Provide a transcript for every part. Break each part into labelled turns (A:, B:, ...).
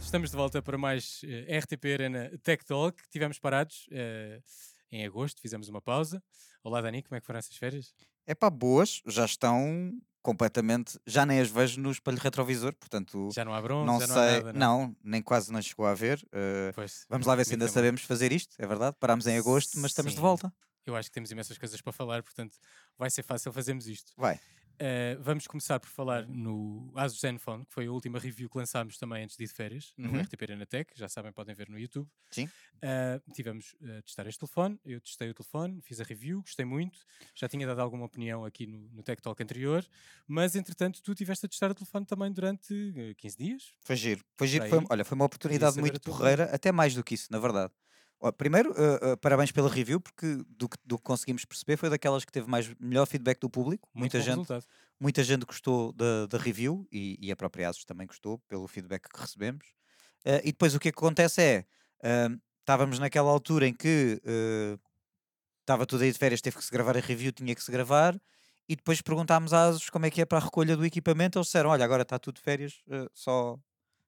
A: Estamos de volta para mais eh, RTP Arena Tech Talk. Tivemos parados eh, em agosto, fizemos uma pausa. Olá, Dani, como é que foram essas férias?
B: É pá, boas, já estão completamente. Já nem as vejo no espelho retrovisor, portanto,
A: Já não há bronze,
B: não
A: já
B: sei.
A: não há nada, não?
B: não, nem quase não chegou a ver. eh,
A: Pois,
B: vamos lá ver se
A: comigo
B: ainda
A: também.
B: sabemos fazer isto, é verdade? Parámos em agosto, mas estamos
A: Sim.
B: de volta.
A: Eu acho que temos imensas coisas para falar, portanto vai ser fácil fazermos isto.
B: Vai.
A: Eh, vamos começar por falar no Asus Zenfone, que foi a última review que lançámos também antes de ir de férias, no
B: Uhum.
A: RTP Arena Tech, já sabem, podem ver no YouTube.
B: Sim.
A: Eh, tivemos a testar este telefone, eu testei o telefone, fiz a review, gostei muito, já tinha dado alguma opinião aqui no, no Tech Talk anterior, mas entretanto tu tiveste a testar o telefone também durante eh, 15 dias,
B: Foi giro, foi giro.
A: Para
B: foi-
A: aí,
B: olha, foi uma oportunidade
A: saber a
B: muito
A: tua
B: porreira, até mais do que isso, na verdade. Ó, primeiro, eh, eh, parabéns pela review, porque do que, do que conseguimos perceber foi daquelas que teve mais, melhor feedback do público.
A: muito
B: muita
A: bom
B: gente
A: resultado.
B: muita gente gostou da, da review e, e a própria Asus também gostou pelo feedback que recebemos. Eh, e depois o que acontece é, ah, estávamos naquela altura em que eh, estava tudo aí de férias, teve que se gravar a review, tinha que se gravar, e depois perguntámos à Asus como é que é para a recolha do equipamento, eles disseram, olha, agora está tudo de férias, eh, só,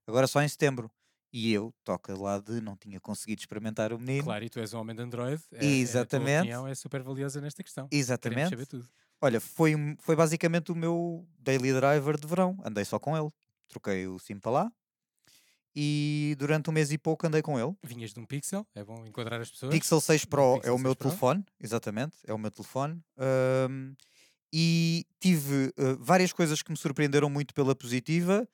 B: agora só em setembro. E eu, toca lá de não tinha conseguido experimentar o menino.
A: Claro, e tu és um homem de Android, é- é- a
B: Exatamente.
A: tua opinião é super valiosa nesta questão. Queremos
B: Exatamente.
A: saber tudo.
B: Olha, foi, um- foi basicamente o meu daily driver de verão. Andei só com ele. Troquei o SIM para lá. E durante um mês e pouco andei com ele.
A: Vinhas de um Pixel, é bom enquadrar as pessoas.
B: Pixel 6
A: do
B: Pro é
A: Pixel
B: o meu
A: 6 Pro.
B: telefone, exatamente, é o meu telefone. Ahm, e tive ah, várias coisas que me surpreenderam muito pela positiva,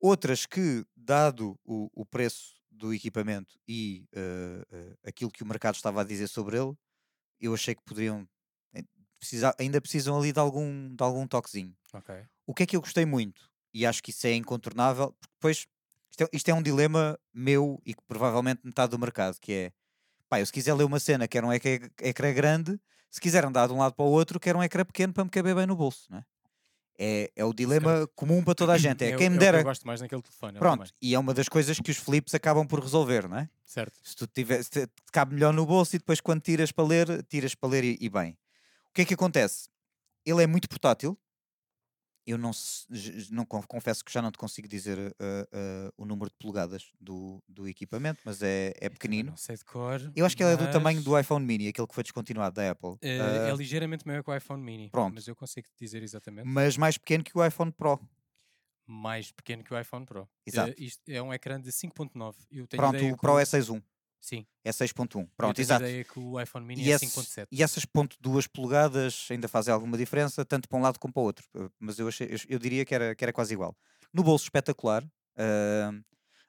B: outras que, dado o, o preço do equipamento e ah, ah, aquilo que o mercado estava a dizer sobre ele, eu achei que poderiam eh, precisar, ainda precisam ali de algum, de algum toquezinho.
A: Ok.
B: O que é que eu gostei muito, e acho que isso é incontornável, porque depois isto é, isto é um dilema meu e que provavelmente metade do mercado, que é pá, eu se quiser ler uma cena quero um ecrã, ecrã grande, se quiser andar de um lado para o outro, quero um ecrã pequeno para me caber bem no bolso, não é? É, é o dilema comum para toda a gente, é
A: o-
B: quem me
A: o que
B: dera.
A: eu gosto mais naquele telefone. é o
B: Pronto,
A: tamanho.
B: e é uma das coisas que os flips acabam por resolver, não é?
A: Certo.
B: se tu tiver, se te, te cabe melhor no bolso e depois quando tiras para ler, tiras para ler e, e bem. O que é que acontece? Ele é muito portátil. Eu não, se- j- j- não con- confesso que já não te consigo dizer ah, ah, o número de polegadas do, do equipamento, mas é, é
A: Eu
B: pequenino.
A: Não sei de cor.
B: Eu acho que ele é do tamanho
A: mas,
B: do iPhone mini, aquele que foi descontinuado da Apple.
A: eh,
B: Ah,
A: é ligeiramente maior que o iPhone mini.
B: pronto.
A: Mas eu consigo te dizer exatamente.
B: mas mais pequeno que o iPhone Pro.
A: Mais pequeno que o iPhone Pro. Eh,
B: Exato.
A: isto é um ecrã de 5.9. Eu tenho
B: Pronto,
A: ideia
B: o
A: que
B: Pro é 6.1,
A: Sim.
B: é 6.1.
A: eu
B: Pronto,
A: tenho
B: exato.
A: ideia que o iPhone mini
B: E,
A: é
B: esse-
A: 5.7.
B: e essas 0.2 polegadas ainda fazem alguma diferença, tanto para um lado como para o outro. eh, Mas eu, achei- eu- eu diria que era, que era quase igual. No bolso, espetacular. ah,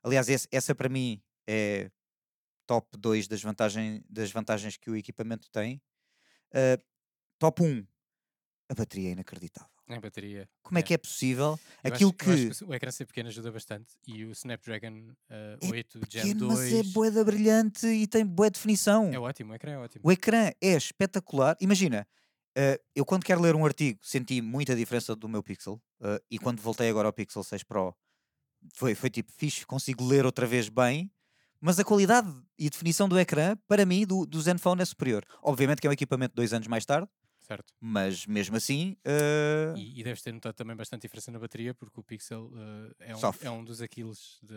B: aliás, esse- essa para mim é top 2 das, vantagem, das vantagens que o equipamento tem. Ah, top 1, a bateria é inacreditável.
A: Em bateria.
B: Como é
A: Yeah.
B: que é possível
A: Eu acho-
B: aquilo
A: eu acho
B: que.
A: o ecrã ser pequeno ajuda bastante. E o Snapdragon eh,
B: É
A: 8 Gen
B: pequeno,
A: 2.
B: mas é boeda brilhante e tem boa definição.
A: É ótimo, o ecrã é ótimo.
B: O ecrã é espetacular. Imagina, eh, eu quando quero ler um artigo senti muita diferença do meu Pixel eh, e quando voltei agora ao Pixel 6 Pro foi, foi tipo fixe, consigo ler outra vez bem, mas a qualidade e definição do ecrã, para mim, do, do Zenfone é superior. Obviamente que é um equipamento dois anos mais tarde,
A: Certo.
B: mas mesmo assim eh,
A: E, e deves ter notado também bastante diferença na bateria, porque o Pixel eh, é, um,
B: Sofre.
A: é um dos Aquiles de,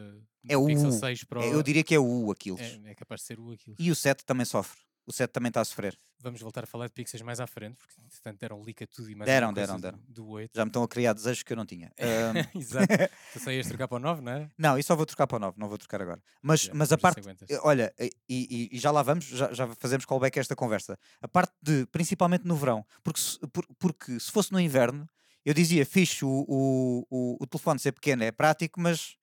B: É
A: do Pixel
B: o-
A: 6 Pro.
B: eu diria que é o U aquilo.
A: é, é capaz de ser o Aquiles.
B: E o 7 também sofre. O 7 também está a sofrer.
A: Vamos voltar a falar de Pixels mais à frente, porque entretanto deram leak a tudo e mais
B: Deram,
A: alguma coisa
B: deram,
A: do-
B: deram.
A: do 8.
B: Já me estão a criar desejos que eu não tinha. Ahm,
A: Exato. Tu só ias trocar para o 9, não é?
B: Não, isso só vou trocar para o 9, não vou trocar agora. Mas,
A: Já,
B: mas a
A: ver se
B: parte.
A: aguentas.
B: eh, Olha, eh, e, e- e já lá vamos, já, já fazemos callback a esta conversa. A parte de, principalmente no verão, porque se, por- porque se fosse no inverno, eu dizia, fixe, o, o, o, o telefone ser pequeno é prático, mas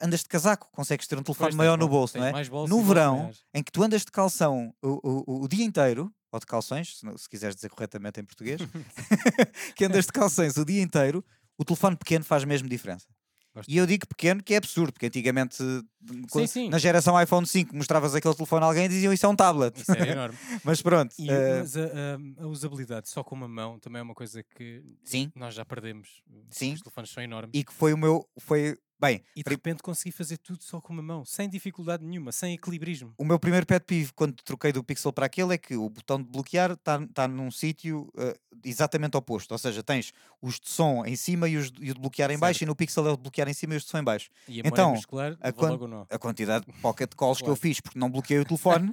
B: andas de casaco, consegues ter um telefone
A: Pois, tens
B: maior no
A: bol-
B: bolso,
A: tens
B: não é?
A: mais bolso
B: No
A: e bolso
B: verão,
A: maior.
B: Em que tu andas de calção o, o, o dia inteiro, ou de calções, se, não- se quiseres dizer corretamente em português, que andas de calções o dia inteiro, o telefone pequeno faz mesmo diferença.
A: Gosto
B: E eu digo pequeno que é absurdo, porque antigamente, de- quando-
A: sim.
B: na geração iPhone 5, mostravas aquele telefone a alguém e diziam isso é um tablet.
A: Isso era enorme.
B: Mas pronto,
A: E,
B: eh,
A: mas a, a- a usabilidade só com uma mão também é uma coisa que
B: sim,
A: nós já perdemos.
B: Sim.
A: Os telefones são enormes.
B: e que foi o meu. Foi, bem,
A: E de
B: pri-
A: repente consegui fazer tudo só com uma mão, sem dificuldade nenhuma, sem equilibrismo.
B: o meu primeiro pet peeve quando troquei do Pixel para aquele é que o botão de bloquear está tá num tá sítio eh, exatamente oposto. Ou seja, tens os de som em cima e, os, de- e o de bloquear em baixo,
A: Certo.
B: e no Pixel é o de bloquear em cima e os de som em baixo.
A: E a
B: Então,
A: memória muscular
B: a
A: levou
B: quan-
A: logo o nó.
B: A quantidade de pocket calls que eu
A: Claro.
B: fiz porque não bloqueei o telefone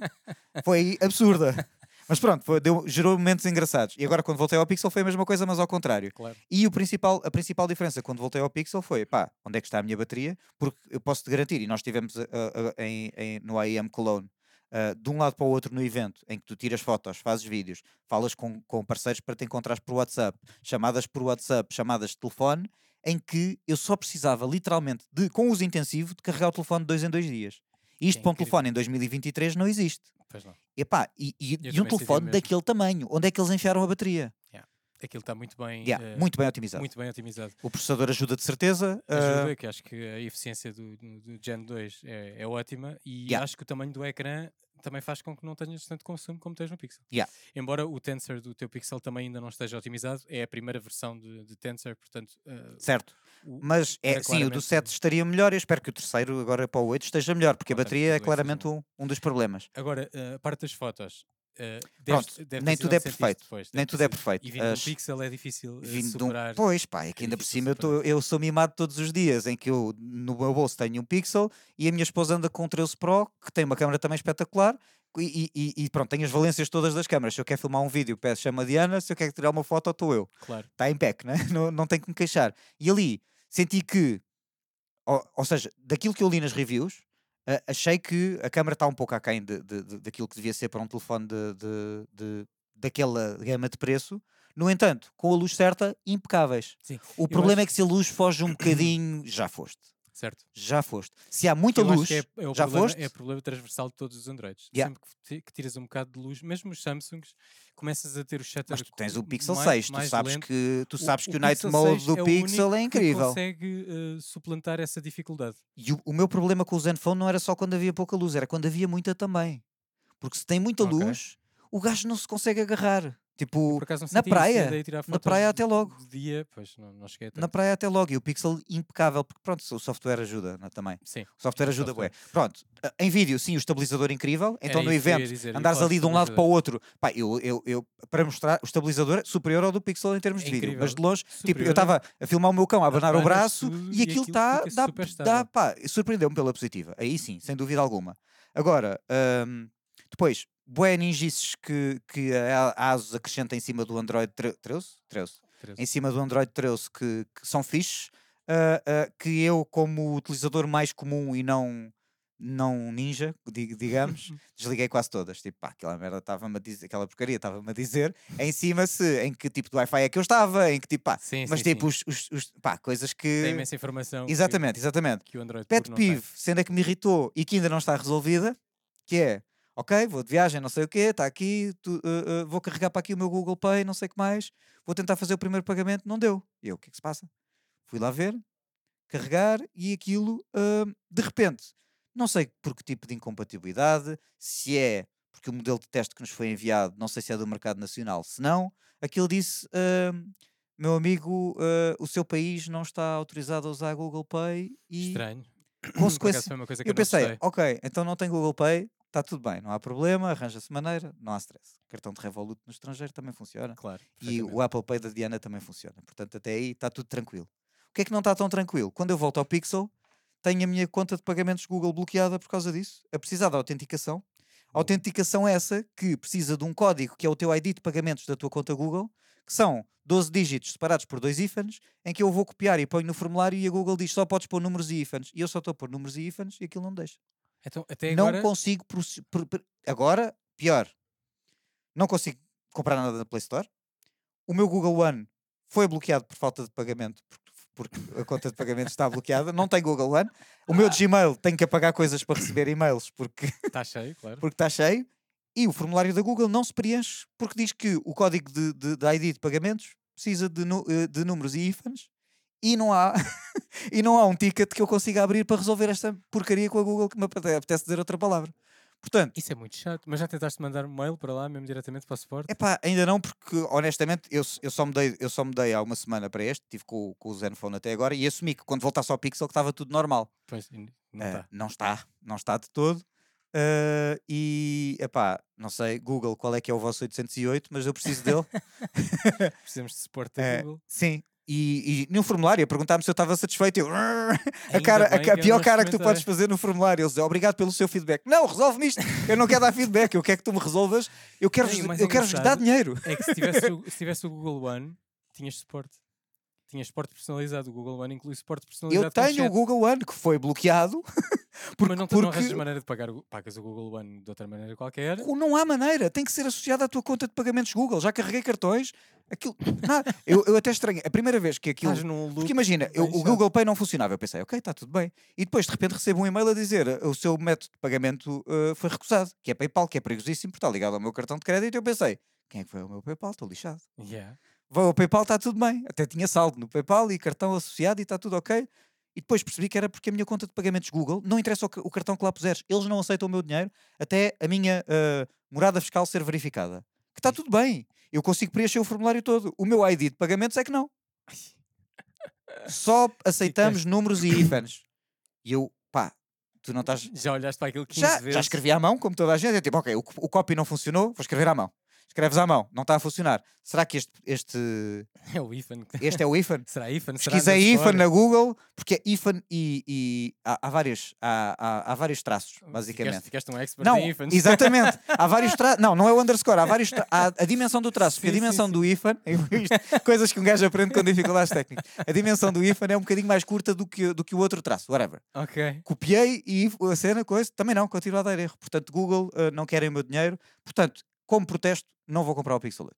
B: foi absurda. Mas pronto, foi- deu- gerou momentos engraçados. E agora quando voltei ao Pixel foi a mesma coisa, mas ao contrário.
A: Claro.
B: E o principal, a principal diferença quando voltei ao Pixel foi, pá, onde é que está a minha bateria? Porque eu posso te garantir, e nós tivemos ah, ah, ah, em- em- no IEM Cologne, ah, de um lado para o outro no evento, em que tu tiras fotos, fazes vídeos, falas com, com parceiros para te encontrares por WhatsApp, chamadas por WhatsApp, chamadas de telefone, em que eu só precisava literalmente de, com uso intensivo, de carregar o telefone de dois em dois dias. E isto
A: É
B: para um
A: incrível.
B: telefone em 2023 não existe.
A: Pois não.
B: Epá, e, e-
A: Eu
B: e um
A: também senti o
B: telefone
A: mesmo.
B: daquele tamanho, onde é que eles enfiaram a bateria?
A: Aquilo está muito bem,
B: Yeah,
A: eh,
B: muito bem otimizado.
A: muito bem otimizado.
B: O processador ajuda de certeza. ah,
A: Ajuda, que acho que a eficiência do, do Gen 2 é, é ótima e
B: Yeah.
A: acho que o tamanho do ecrã também faz com que não tenhas tanto consumo como tens no Pixel.
B: Yeah.
A: Embora o Tensor do teu Pixel também ainda não esteja otimizado, é a primeira versão de, de Tensor, portanto, eh,
B: Certo.
A: o-
B: Mas é,
A: era
B: sim, o do
A: claramente-
B: 7 estaria melhor. Eu espero que o terceiro, agora para o 8, esteja melhor, porque a
A: Não, deve ser
B: bateria é
A: do 8, seja
B: claramente um, um dos problemas.
A: agora eh, a parte das fotos. eh,
B: Pronto,
A: deves- deve ter
B: nem
A: sido
B: tudo
A: onde
B: é
A: sentiste
B: perfeito,
A: depois, deve
B: Nem
A: ter
B: tudo é
A: sido-
B: perfeito.
A: E vindo
B: As-
A: do Pixel é difícil eh,
B: vindo de um-
A: superar.
B: Pois, pá, é que
A: é
B: ainda por
A: difícil
B: cima eu, tô- eu sou mimado todos os dias, em que eu no meu bolso tenho um pixel e a minha esposa anda com um 13 Pro, que tem uma câmera também espetacular, e, e- e- e pronto, tem as valências todas das câmaras. Se eu quero filmar um vídeo, peço chama a Diana, se eu quero tirar uma foto, estou eu.
A: Claro,
B: está em PEC, né? não, não tem que me queixar. E ali senti que, ou, ou seja, daquilo que eu li nas reviews, a- achei que a câmera está um pouco aquém de, de, de- daquilo que devia ser para um telefone de, de, de- daquela gama de preço. No entanto, com a luz certa, impecáveis.
A: Sim,
B: O
A: eu
B: problema é que se a luz foge um bocadinho, já foste.
A: certo.
B: Já foste. Se há muita
A: Eu acho
B: luz,
A: que é, é o
B: já
A: problema,
B: foste?
A: É o problema transversal de todos os Androids.
B: Yeah.
A: Sempre que ti- que tiras um bocado de luz, mesmo os Samsungs, começas a ter o shutter.
B: mas tu tens o
A: co-
B: Pixel
A: mais-
B: 6, tu
A: mais
B: sabes,
A: lento.
B: que, tu sabes que o, Night
A: Pixel
B: Mode
A: 6
B: do
A: é o
B: Pixel é
A: único Que
B: incrível.
A: consegue eh, suplantar essa dificuldade.
B: E o, o meu problema com o Zenfone não era só quando havia pouca luz, era quando havia muita também. Porque se tem muita
A: Ok.
B: luz, o gajo não se consegue agarrar. Tipo,
A: Por acaso não
B: na
A: senti isso,
B: praia,
A: andei a tirar
B: na
A: fotos
B: praia
A: de-
B: até logo.
A: De dia, pois não, não cheguei a
B: na
A: tanto.
B: praia até logo. E o Pixel impecável, porque pronto, o software ajuda né, também.
A: Sim.
B: O software ajuda,
A: software. É
B: bué. Pronto, ah, em vídeo, sim, o estabilizador incrível. Então
A: Era
B: no
A: isso que eu ia
B: evento,
A: dizer, eu ia
B: andares
A: falar
B: ali
A: do
B: de um lado para o
A: estabilizador.
B: outro. Pá, eu, eu, eu, para mostrar, o estabilizador é superior ao do Pixel em termos
A: É
B: de vídeo. Mas
A: incrível.
B: de longe, tipo, eu
A: Superior,
B: estava a filmar o meu cão, a abanar o
A: abanas
B: braço
A: tudo
B: e
A: e
B: aquilo
A: aquilo
B: está.
A: fica
B: Dá,
A: super
B: dá,
A: estável.
B: pá, surpreendeu-me pela positiva. Aí sim, sem dúvida alguma. Agora, hum, depois, bué ninjices que, que a a ASUS acrescenta em cima do Android tre- 13? 13
A: Teresa.
B: em cima do Android 13 que, que são fixes, ah, ah, que eu, como utilizador mais comum e não, não ninja, di- digamos, desliguei quase todas. Tipo, pá, aquela merda estava-me a dizer, aquela porcaria estava-me a dizer em cima se, em que tipo de Wi-Fi é que eu estava, em que tipo, pá,
A: Sim,
B: mas
A: sim,
B: tipo,
A: sim.
B: os, os, os- pá, coisas
A: tem
B: que.
A: imensa informação. que-
B: Exatamente, exatamente.
A: Que o Android
B: Pet
A: puro não tá tem.
B: peeve, sendo a que me irritou e que ainda não está resolvida, que é, ok, vou de viagem, não sei o quê, está aqui, tu- uh, uh, vou carregar para aqui o meu Google Pay, não sei o que mais, vou tentar fazer o primeiro pagamento, não deu. E eu, o que é que se passa? Fui lá ver, carregar e aquilo, uh, de repente, não sei por que tipo de incompatibilidade, se é porque o modelo de teste que nos foi enviado, não sei se é do mercado nacional, se não, aquilo disse... uh, meu amigo, uh, o seu país não está autorizado a usar Google Pay e
A: Estranho. Por
B: consequência.
A: acaso foi uma coisa que
B: Eu
A: eu, não
B: pensei,
A: gostei.
B: ok, então não tem Google Pay, está tudo bem, não há problema, arranja-se maneira, não há stress. Cartão de Revolut no estrangeiro também funciona.
A: Claro.
B: E
A: perfeitamente.
B: o Apple Pay da Diana também funciona. Portanto, até aí está tudo tranquilo. O que é que não está tão tranquilo? Quando eu volto ao Pixel, tenho a minha conta de pagamentos Google bloqueada por causa disso. É precisar da autenticação. A
A: Boa.
B: autenticação é essa que precisa de um código que é o teu ID de pagamentos da tua conta Google, que são 12 dígitos separados por dois ífanes, em que eu vou copiar e ponho no formulário e a Google diz só podes pôr números e ífanes. E eu só estou a pôr números e ífanes e aquilo não me deixa
A: Então, até
B: não
A: agora,
B: consigo. proce- per- per- Agora, pior. Não consigo comprar nada na Play Store. O meu Google One foi bloqueado por falta de pagamento, por- porque a conta de pagamento está bloqueada. Não tem Google One. O meu Gmail tenho que apagar coisas para receber e-mails porque
A: está tá cheio, claro.
B: porque está cheio. E o formulário da Google não se preenche porque diz que o código de, de, da ID de pagamentos precisa de, nu- eh, de números e ífanes e não há e não há um ticket que eu consiga abrir para resolver esta porcaria com a Google que me apete- apetece dizer outra palavra. Portanto,
A: Isso é muito chato. Mas já tentaste mandar um mail para lá, mesmo diretamente para o suporte?
B: é pá, ainda não porque honestamente eu, s- eu só me dei eu só me dei há uma semana para este, tive com, o- com o Zenfone até agora e assumi que quando voltasse ao Pixel que estava tudo normal.
A: Pois, e n- não
B: Ah,
A: está.
B: não está, não está de todo. Eh, e, epá, não sei, Google, qual é que é o vosso 808, mas eu preciso dele.
A: Precisamos de suporte da
B: É,
A: Google.
B: Sim. E, e no formulário, perguntaram me se eu estava satisfeito. e Eu, a,
A: Ainda
B: cara, a,
A: bem
B: ca- a
A: que eu
B: pior
A: não
B: cara que tu podes
A: experimentei.
B: fazer no formulário. Eles dizem, obrigado pelo seu feedback. Não, resolve-me isto. Eu não quero dar feedback. Eu quero que tu me resolvas. Eu quero,
A: Não, e o mais
B: eu quero vos dar
A: engraçado-
B: dinheiro.
A: É que se tivesse, o, se tivesse o Google One, tinhas suporte. Tinhas suporte personalizado. O Google One inclui suporte personalizado.
B: Eu
A: com
B: tenho o
A: chat.
B: Google One que foi bloqueado. porque,
A: Mas não, te- não
B: porque
A: arranjas maneira de pagar. o- Pagas o Google One de outra maneira qualquer.
B: o- não há maneira. Tem que ser associado à tua conta de pagamentos Google. Já carreguei cartões. Aquilo, nada. Eu, eu até estranhei. A primeira vez que aquilo
A: Estás num loop.
B: Porque imagina, eu-
A: bem
B: o
A: chato.
B: Google Pay não funcionava. Eu pensei, ok, está tudo bem. E depois de repente recebo um e-mail a dizer o seu método de pagamento eh, foi recusado, que é PayPal, que é perigosíssimo, porque está ligado ao meu cartão de crédito. E eu pensei, quem é que foi ao meu PayPal? Estou lixado.
A: Yeah.
B: Vou ao PayPal, está tudo bem. Até tinha saldo no PayPal e cartão associado e está tudo ok. E depois percebi que era porque a minha conta de pagamentos Google, não interessa o, ca- o cartão que lá puseres, eles não aceitam o meu dinheiro até a minha eh, morada fiscal ser verificada. Que está tudo bem. Eu consigo preencher o formulário todo. O meu ID de pagamentos é que não. Só aceitamos números e ícones. E eu, pá, tu não estás.
A: Já olhaste para aquilo 15
B: Já,
A: vezes.
B: já escrevi à mão, como toda a gente. É tipo, ok, o, co- o copy não funcionou, vou escrever à mão. Escreves à mão, não está a funcionar. Será que este, este,
A: É o Ifan.
B: este é o IFAN?
A: Será Ifan? Será
B: Pesquisei IFAN
A: underscore?
B: na Google, porque é IFAN e, e há, há vários, há, há- há vários traços,
A: Ficaste,
B: basicamente.
A: ficaste um expert
B: Não,
A: em Ifans.
B: exatamente. Há vários traços. Não, não é o underscore. Há vários tra- há a dimensão do traço. porque
A: Sim,
B: a
A: sim,
B: dimensão do IFAN, isto, coisas que um gajo aprende com dificuldades técnicas. A dimensão do IFAN é um bocadinho mais curta do que, do que o outro traço. Whatever.
A: Ok.
B: Copiei e if- a cena, coisa. Também não, continua a dar erro. Portanto, Google eh, não querem o meu dinheiro. Portanto, como protesto, não vou comprar o Pixel 8.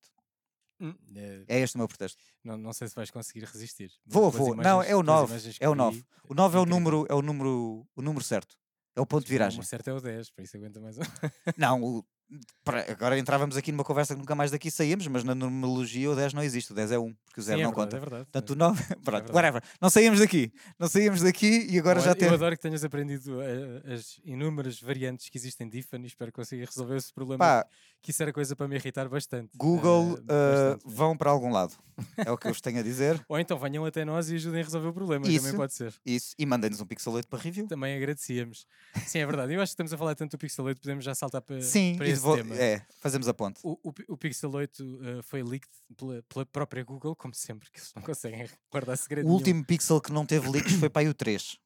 A: Hum, eh,
B: É este o meu protesto.
A: Não, não sei se vais conseguir resistir. mas
B: Vou,
A: pelas
B: vou.
A: imagens-
B: Não, é o
A: pelas
B: 9.
A: imagens que
B: É o
A: vi,
B: 9. O 9 é o
A: incrível.
B: número, é o número, o número certo. É o ponto de
A: O
B: viragem.
A: número certo é o 10, por isso aguenta mais um.
B: Não, o- para- agora entrávamos aqui numa conversa que nunca mais daqui saímos, mas na numerologia o 10 não existe, o 10 é 1, porque o 0
A: Sim, é
B: não
A: verdade,
B: conta.
A: É verdade.
B: Portanto, o 9, pronto,
A: verdade.
B: whatever. Não saímos daqui. Não saímos daqui e agora
A: Olha,
B: já temos.
A: Eu adoro que tenhas aprendido eh, as inúmeras variantes que existem de IFAN e espero que consigas resolver esse problema.
B: Pá,
A: Que isso era coisa para me irritar bastante.
B: Google,
A: eh,
B: ah,
A: bastante mesmo.
B: vão para algum lado. É o que eu vos tenho a dizer.
A: Ou então venham até nós e ajudem a resolver o problema,
B: Isso.
A: também pode ser.
B: Isso. E mandem-nos um pixel 8 para review.
A: Também agradecíamos. Sim, é verdade. Eu acho que estamos a falar tanto do Pixel 8, podemos já saltar para,
B: Sim,
A: para
B: e
A: esse
B: vou-
A: tema.
B: é, fazemos a ponte.
A: O, o, Pi- o Pixel 8 eh, foi leaked pela, pela própria Google, como sempre, que eles não conseguem guardar segredo.
B: O
A: nenhum.
B: último pixel que não teve leaks foi para aí o 3.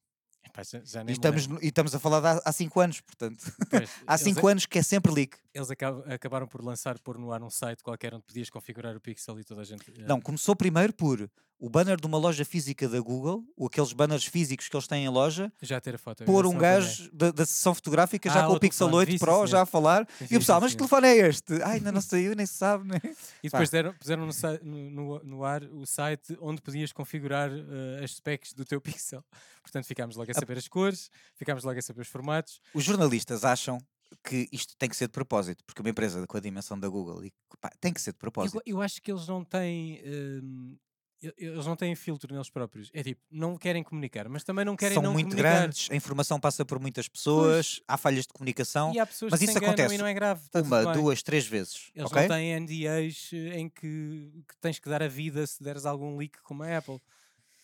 A: Epá, já, já
B: E
A: nem me
B: estamos, no- e estamos a falar de há- há 5 anos, portanto.
A: Pois, eles
B: Há
A: a-
B: 5 anos que é sempre leak.
A: Eles acab- acabaram por lançar, pôr no ar um site qualquer onde podias configurar o Pixel e toda a gente. eh,
B: Não, começou primeiro por o banner de uma loja física da Google, ou aqueles banners físicos que eles têm em loja,
A: já ter a foto. eu
B: pôr
A: esse
B: um
A: não apanhei.
B: gajo da, da sessão fotográfica já
A: Ah,
B: com
A: o
B: o Pixel
A: telefone,
B: 8
A: vi, sim,
B: Pro já
A: senhor.
B: a falar.
A: Sim,
B: E o
A: sim,
B: pessoal,
A: sim,
B: mas que
A: senhor.
B: telefone é este? Ai, ainda não saiu, nem se sabe. Né?
A: E depois deram, puseram no, si- no- no- no ar o site onde podias configurar eh, as specs do teu Pixel. Portanto, ficámos logo a saber as cores, ficámos logo a saber os formatos.
B: Os jornalistas acham que isto tem que ser de propósito, porque uma empresa com a dimensão da Google e, pá, tem que ser de
A: Eu,
B: propósito.
A: eu acho que eles não têm. hum, e- eles não têm filtro neles próprios. É tipo, não querem comunicar, mas também não querem
B: São
A: não
B: muito
A: comunicar.
B: grandes, a informação passa por muitas pessoas, há falhas de comunicação.
A: E há pessoas
B: mas
A: que se
B: isso
A: enganam
B: acontece
A: e não é grave. tá tudo
B: Uma,
A: bem.
B: duas, três vezes.
A: Eles
B: ok?
A: não têm NDAs eh, em que, que tens que dar a vida se deres algum leak como a Apple.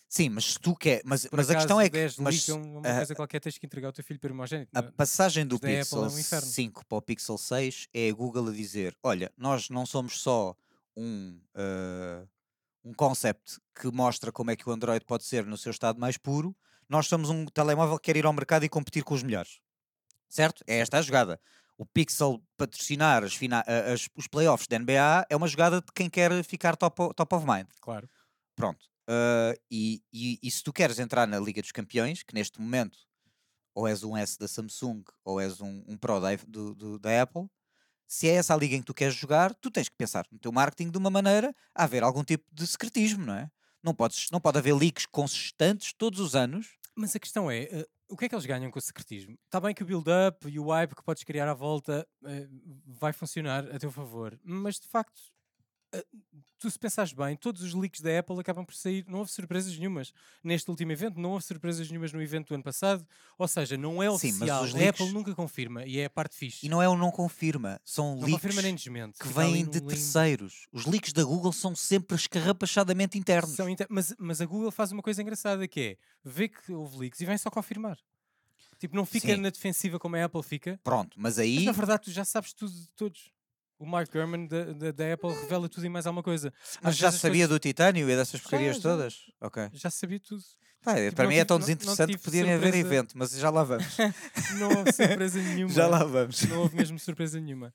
B: Sim, mas se tu quer. Mas,
A: Por
B: mas a questão
A: acaso,
B: é que.
A: 10
B: Mas,
A: leakam uma
B: ah,
A: coisa qualquer, tens que entregar o teu filho primogênito.
B: A
A: não-
B: passagem do
A: os da Apple é
B: Pixel
A: um inferno.
B: 5 para o Pixel 6 é a Google a dizer: olha, nós não somos só um, eh, um concept que mostra como é que o Android pode ser no seu estado mais puro, nós somos um telemóvel que quer ir ao mercado e competir com os melhores. Certo? É esta a jogada. O Pixel patrocinar as fina- a- as- os playoffs da NBA é uma jogada de quem quer ficar top, o- top of mind.
A: Claro.
B: Pronto. Ah, e, e- e se tu queres entrar na Liga dos Campeões, que neste momento ou és um S da Samsung ou és um, um Pro da, do- do- da Apple, se é essa a liga em que tu queres jogar, tu tens que pensar no teu marketing de uma maneira a haver algum tipo de secretismo, não é? Não, podes, não pode haver leaks consistentes todos os anos.
A: Mas a questão é, eh, o que é que eles ganham com o secretismo? Está bem que o build-up e o hype que podes criar à volta eh, vai funcionar a teu favor, mas de facto, eh, tu se pensares bem, todos os leaks da Apple acabam por sair, não houve surpresas nenhumas neste último evento, não houve surpresas nenhumas no evento do ano passado, ou seja, não é
B: Sim, mas
A: oficial,
B: os
A: a Apple
B: leaks-
A: nunca confirma e é a parte fixe.
B: E não é o não confirma, são
A: Não
B: leaks
A: confirma nem desmente.
B: que
A: fica ali
B: vêm
A: num
B: de
A: limbo.
B: terceiros. Os leaks da Google são sempre escarrapachadamente internos.
A: São inter- mas, mas a Google faz uma coisa engraçada que é vê que houve leaks e vem só confirmar. Tipo, não fica
B: Sim.
A: na defensiva como a Apple fica.
B: Pronto, mas
A: Mas
B: aí.
A: na verdade tu já sabes tudo de todos. O Mark Gurman da, da- da Apple
B: Hum.
A: revela tudo e mais alguma coisa.
B: Mas
A: às
B: já
A: vezes as
B: sabia do Titânio e dessas porcarias
A: já.
B: todas? Ok.
A: Já sabia tudo.
B: Pá,
A: Tipo,
B: para
A: não
B: mim é
A: tive-
B: tão
A: não- não
B: desinteressante que
A: tive
B: podia haver
A: surpresa. é.
B: evento, mas já lá vamos.
A: Não houve surpresa nenhuma.
B: já lá vamos.
A: Não houve mesmo surpresa nenhuma.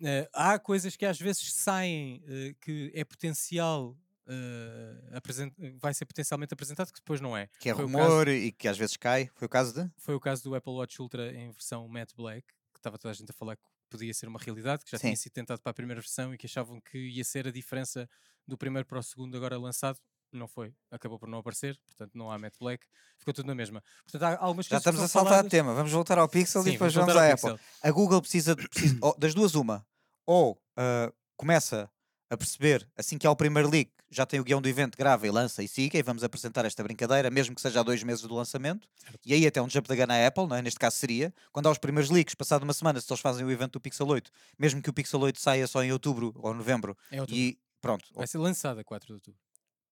A: Eh, há coisas que às vezes saem eh, que é potencial. eh, apresen- vai ser potencialmente apresentado que depois não é.
B: Que é
A: Foi o
B: rumor e que às vezes cai. Foi o caso de?
A: Foi o caso do Apple Watch Ultra em versão matte black, que estava toda a gente a falar que podia ser uma realidade, que já tinha
B: Sim.
A: sido tentado para a primeira versão e que achavam que ia ser a diferença do primeiro para o segundo agora lançado. Não foi, acabou por não aparecer, portanto não há matte black, ficou tudo na mesma. Portanto, há algumas
B: Já
A: coisas que
B: estamos
A: são
B: a saltar o
A: faladas-
B: tema. Vamos voltar ao Pixel e
A: Sim,
B: depois
A: voltar
B: vamos
A: ao
B: à
A: Pixel.
B: Apple. A Google precisa, de- precisa- ou das duas uma. Ou ah, começa a perceber, assim que há o primeiro leak, já tem o guião do evento, grava e lança e siga e vamos apresentar esta brincadeira, mesmo que seja há dois meses do lançamento.
A: Certo.
B: E aí até um jump da gun à Apple, não é? neste caso seria. Quando há os primeiros leaks, passado uma semana, se eles fazem o evento do Pixel 8, mesmo que o Pixel 8 saia só em outubro ou novembro,
A: É outubro.
B: e pronto, ou-
A: Vai ser lançada a 4 de outubro.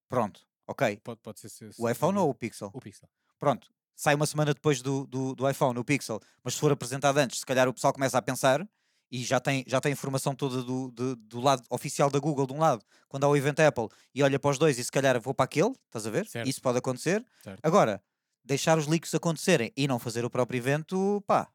B: pronto, ok.
A: Pode, pode ser. se- se
B: O iPhone
A: não-
B: ou o Pixel?
A: o Pixel?
B: pronto, sai uma semana depois do, do, do iPhone, o Pixel, mas se for apresentado antes, se calhar o pessoal começa a pensar e já tem, já tem a informação toda do, do, do lado oficial da Google, de um lado, quando há o evento Apple, e olha para os dois e se calhar vou para aquele, estás a ver?
A: Certo.
B: Isso pode acontecer.
A: Certo.
B: Agora, deixar os leaks acontecerem e não fazer o próprio evento, pá,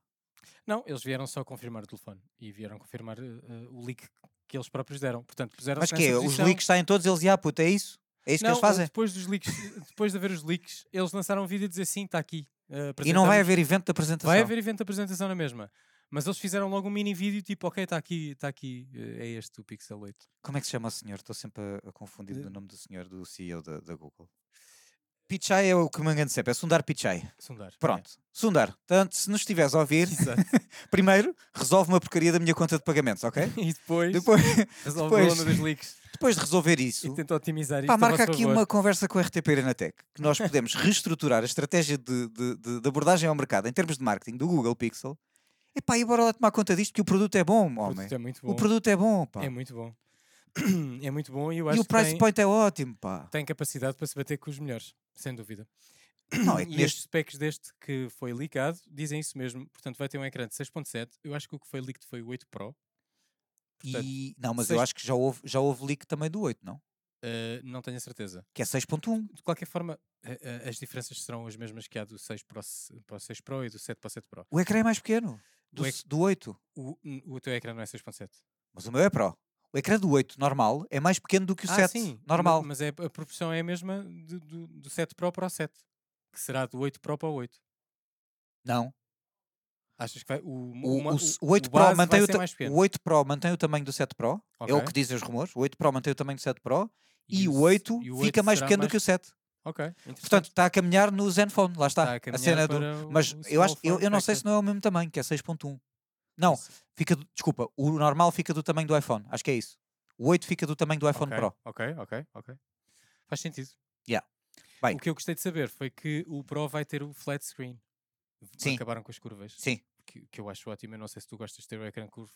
A: Não, eles vieram só confirmar o telefone e vieram confirmar eh, eh, o leak que eles próprios deram. Portanto, puseram
B: mas que é, os leaks saem todos eles e ah, puta, é isso? É isso
A: não,
B: que eles fazem?
A: Depois dos leaks, depois de haver os leaks, eles lançaram um vídeo a dizer assim, está aqui. eh,
B: E não vai
A: apresentamos."
B: haver evento de apresentação.
A: Vai haver evento de apresentação na mesma. Mas eles fizeram logo um mini vídeo tipo, ok, está aqui, está aqui, eh, é este o Pixel 8.
B: Como é que se chama o senhor? Estou sempre a, a confundir
A: Eh,
B: o nome do senhor, do CEO da, da Google. Pichai é o que me engano sempre, é Sundar Pichai.
A: Sondar.
B: Pronto. Sundar, tanto se nos estiveres a ouvir,
A: Exato.
B: primeiro resolve uma porcaria da minha conta de pagamentos, ok?
A: E depois,
B: Depois,
A: resolve o
B: depois-
A: problema dos leaks
B: depois de resolver isso,
A: e tenta otimizar
B: pá,
A: isto a
B: marca
A: vosso
B: aqui
A: favor.
B: uma conversa com a RTP Arenatec, que nós podemos reestruturar a estratégia de, de- de- de abordagem ao mercado em termos de marketing do Google Pixel. E pá, e bora lá tomar conta disto, que o produto é bom,
A: O
B: homem.
A: produto é muito bom.
B: O produto é bom, pá.
A: É muito bom. É muito bom e eu acho
B: e o
A: que
B: price
A: tem,
B: point é ótimo, pá.
A: tem capacidade para se bater com os melhores, sem dúvida.
B: Não, é que
A: e
B: neste-
A: estes specs deste que foi leakado dizem isso mesmo. Portanto, vai ter um ecrã de 6.7. Eu acho que o que foi leaked foi o 8 Pro. portanto,
B: E- não, mas eu
A: seis-
B: acho que já houve, já houve leak também do 8, não?
A: Uh, não tenho a certeza.
B: Que é 6.1.
A: De qualquer forma, a- a- as diferenças serão as mesmas que há do 6 para o, se- para o 6 Pro e do 7 para o 7 Pro.
B: O ecrã é mais pequeno. Do,
A: O ec-
B: s- do 8.
A: O, n- o teu ecrã não é 6.7.
B: Mas o meu é Pro. O ecrã do 8 normal é mais pequeno do que o 7 normal.
A: Ah, ma- Mas é, a proporção é a mesma de- do, do 7 Pro para o 7. Que será do 8 Pro para o 8.
B: Não.
A: Achas que vai... O,
B: O,
A: uma-
B: o, s- o 8
A: base vai
B: Pro mantém o,
A: ser
B: ta-
A: mais pequeno.
B: o 8 Pro mantém o tamanho do 7 Pro. É o
A: Ok.
B: que dizem os rumores. O 8 Pro mantém o tamanho do 7 Pro e, o
A: s-
B: 8
A: e
B: fica mais
A: será
B: pequeno do que o 7.
A: Ok. interessante.
B: Portanto, está a caminhar no Zenfone. Lá
A: Está
B: está.
A: tá a
B: a
A: caminhar
B: cena do.
A: para o-
B: Mas
A: o
B: eu, acho,
A: small
B: eu, eu não sei
A: form
B: se não é o mesmo tamanho, que é 6.1. Não,
A: factor.
B: fica. do- Desculpa, o normal fica do tamanho do iPhone. Acho que é isso. O 8 fica do tamanho do é iPhone
A: Ok,
B: Pro.
A: Ok, ok, ok. Faz sentido.
B: Yeah. Bem.
A: O que eu gostei de saber foi que o Pro vai ter o flat screen. V-
B: Sim.
A: Acabaram com as curvas.
B: Sim.
A: Que, que eu acho ótimo. Eu não sei se tu gostas de ter o ecrã curvo.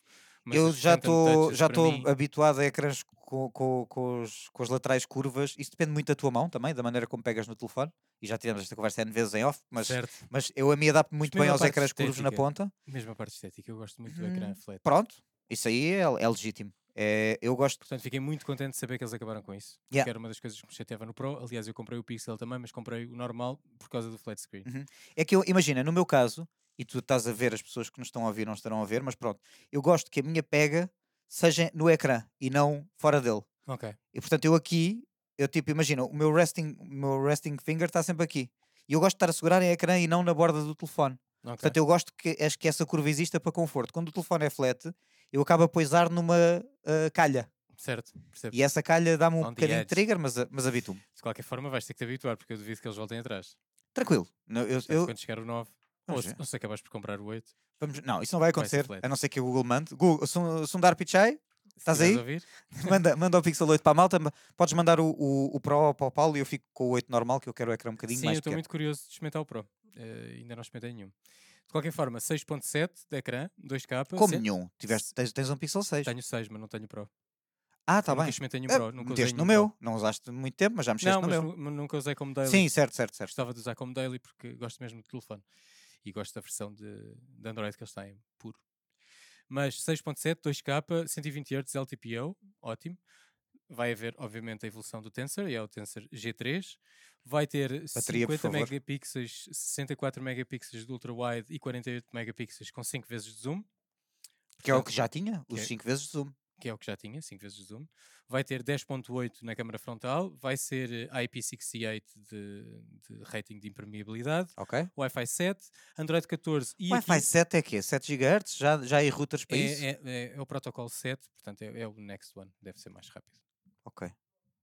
B: eu
A: os
B: já
A: phantom
B: estou
A: touches
B: já
A: para
B: estou
A: mim-
B: habituado a ecrãs com, com, com, os, com as laterais curvas. Isso depende muito da tua mão também, da maneira como pegas no telefone. E já tivemos esta conversa N vezes em off, mas,
A: Certo.
B: mas eu a mim adapto muito
A: mesmo
B: bem
A: a
B: aos
A: parte
B: ecrãs curvos na
A: estética.
B: ponta.
A: Mesmo a parte estética. Eu gosto muito do ecrã
B: Hum.
A: flat.
B: Pronto, isso aí é, é legítimo. É, eu gosto.
A: Portanto, fiquei muito contente de saber que eles acabaram com isso.
B: Yeah.
A: Que era uma das coisas que me chateava no Pro. Aliás, eu comprei o Pixel também, mas comprei o normal por causa do flat screen.
B: É que eu, imagina, no meu caso, e tu estás a ver, as pessoas que nos estão a ouvir não estarão a ver, mas pronto, eu gosto que a minha pega seja no ecrã e não fora dele.
A: Ok.
B: E portanto, eu aqui, eu tipo, imagina, o meu resting, o meu resting finger está sempre aqui. E eu gosto de estar a segurar em ecrã e não na borda do telefone.
A: ok.
B: Portanto, eu gosto que, acho que essa curva exista para conforto. Quando o telefone é flat, eu acabo a poisar numa ah, calha.
A: certo. Percebo.
B: E essa calha dá-me um
A: On the
B: bocadinho de
A: edge.
B: trigger, mas, a- mas habituo-me.
A: De qualquer forma, vais ter que te habituar, porque eu duvido que eles voltem atrás.
B: Tranquilo. Não, eu-
A: Portanto,
B: eu-
A: quando chegar o 9, ou
B: Vamos
A: se,
B: ver.
A: ou se acabas por comprar o 8,
B: vamos- não, isso não vai
A: Vai ser
B: acontecer,
A: flat.
B: a não ser que o Google mande. Google, um, Sun- Sundar Pichai,
A: se
B: Estás
A: quiseres
B: aí? Um
A: ouvir,
B: manda, manda o Pixel 8 para a malta. ma- Podes mandar o, o, o Pro para o Paulo e eu fico com o 8 normal, que eu quero o ecrã um bocadinho
A: Sim, eu
B: mais
A: estou
B: pequeno.
A: muito curioso de experimentar o Pro. Eh, ainda não experimentei nenhum. De qualquer forma, 6.7 de ecrã, 2K.
B: Como
A: se-
B: nenhum? Tiveste, tens, tens um Pixel 6.
A: Tenho 6, mas não tenho Pro.
B: Ah, está
A: Eu Nunca
B: bem.
A: experimentei nenhum
B: Ah,
A: Pro. Nunca usei
B: Meteste no
A: nenhum
B: meu. Não usaste muito tempo, mas já
A: Pro.
B: mexeste
A: Não,
B: no
A: mas é
B: meu.
A: nu- mas nunca usei como daily.
B: Sim, certo, certo, certo.
A: Gostava de usar como daily porque gosto mesmo do telefone. e gosto da versão de, de Android que eles têm, puro. Mas 6.7, 2K, 120 Hz LTPO, ótimo. Vai haver, obviamente, a evolução do Tensor, e é o Tensor G3. Vai ter
B: Bateria, por
A: 50
B: favor.
A: megapixels, 64 megapixels de ultra-wide e 48 megapixels com 5 vezes de zoom
B: Que é o que já tinha,
A: que é-
B: os 5 vezes de zoom.
A: que é o que já tinha, 5 vezes zoom, vai ter 10.8 na câmara frontal, vai ser eh, IP68 de, de rating de impermeabilidade,
B: Ok?
A: Wi-Fi 7, Android 14 e
B: Wi-Fi
A: aqui
B: 7 é quê? 7 GHz? Já, já há aí routers para isso?
A: é, é- é- é o protocolo 7, portanto é, é o next one, deve ser mais rápido.
B: Ok.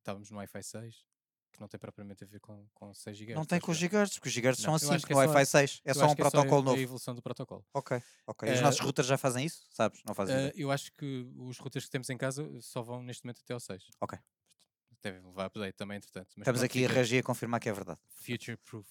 A: Estávamos no Wi-Fi 6, que não tem propriamente a ver com, com 6 GB.
B: Não tem com os GHz, porque os
A: Não,
B: GHz são
A: eu
B: assim
A: acho que
B: no
A: é só-
B: Wi-Fi 6. É só um protocolo
A: É a
B: novo.
A: evolução do protocolo.
B: Ok, ok. E Os
A: Eh,
B: nossos routers já fazem isso? Sabes? Não fazem
A: Ah, eu acho que os routers que temos em casa só vão neste momento até ao 6.
B: Ok.
A: Devem levar update também, entretanto. mas
B: Estamos
A: pronto,
B: aqui a
A: fica-
B: reagir a confirmar que é verdade.
A: Future Proof.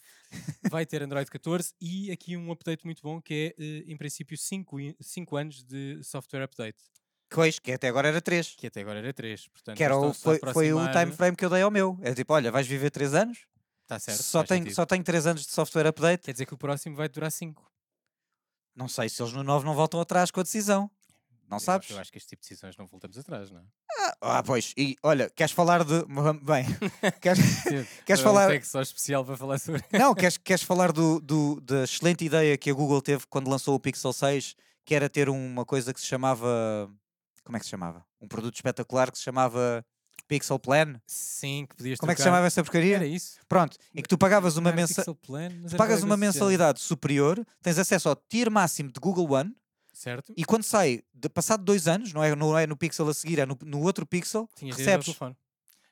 A: Vai ter Android 14 e aqui um update muito bom que é, eh, em princípio, 5 anos de software update,
B: Pois, que até agora era 3.
A: que até agora era 3. Portanto,
B: Que era o,
A: estão-se a
B: foi, foi o
A: aproximar.
B: time frame que eu dei ao meu. É tipo, olha, vais viver 3 anos,
A: Tá certo,
B: só,
A: faz
B: tenho,
A: sentido.
B: só tenho 3 anos de software update.
A: Quer dizer que o próximo vai durar 5.
B: Não sei se eles no 9 não voltam atrás com a decisão. Não sabes?
A: Eu acho que este tipo de decisões não voltamos atrás, não é?
B: Ah, pois. E olha, queres falar de. Bem, queres, queres
A: É
B: falar.
A: Um tag só especial para falar sobre.
B: Não, queres, queres falar do, do- da excelente ideia que a Google teve quando lançou o Pixel 6, que era ter uma coisa que se chamava. Como é que se chamava? Um produto espetacular que se chamava Pixel Plan.
A: Sim, que podias
B: Como é que se
A: trocar.
B: chamava essa porcaria?
A: Era isso.
B: Pronto, em que tu pagavas uma,
A: Não era
B: mensa...
A: Pixel Plan, mas
B: tu
A: era
B: pagas
A: qualquer
B: uma
A: coisa assim. desse género.
B: mensalidade superior, tens acesso ao tier máximo de Google One,
A: Certo?
B: e quando sai, de passado dois anos, não é, não é no Pixel a seguir, é no, no outro Pixel,
A: Tinhas direito ao
B: recebes
A: telefone.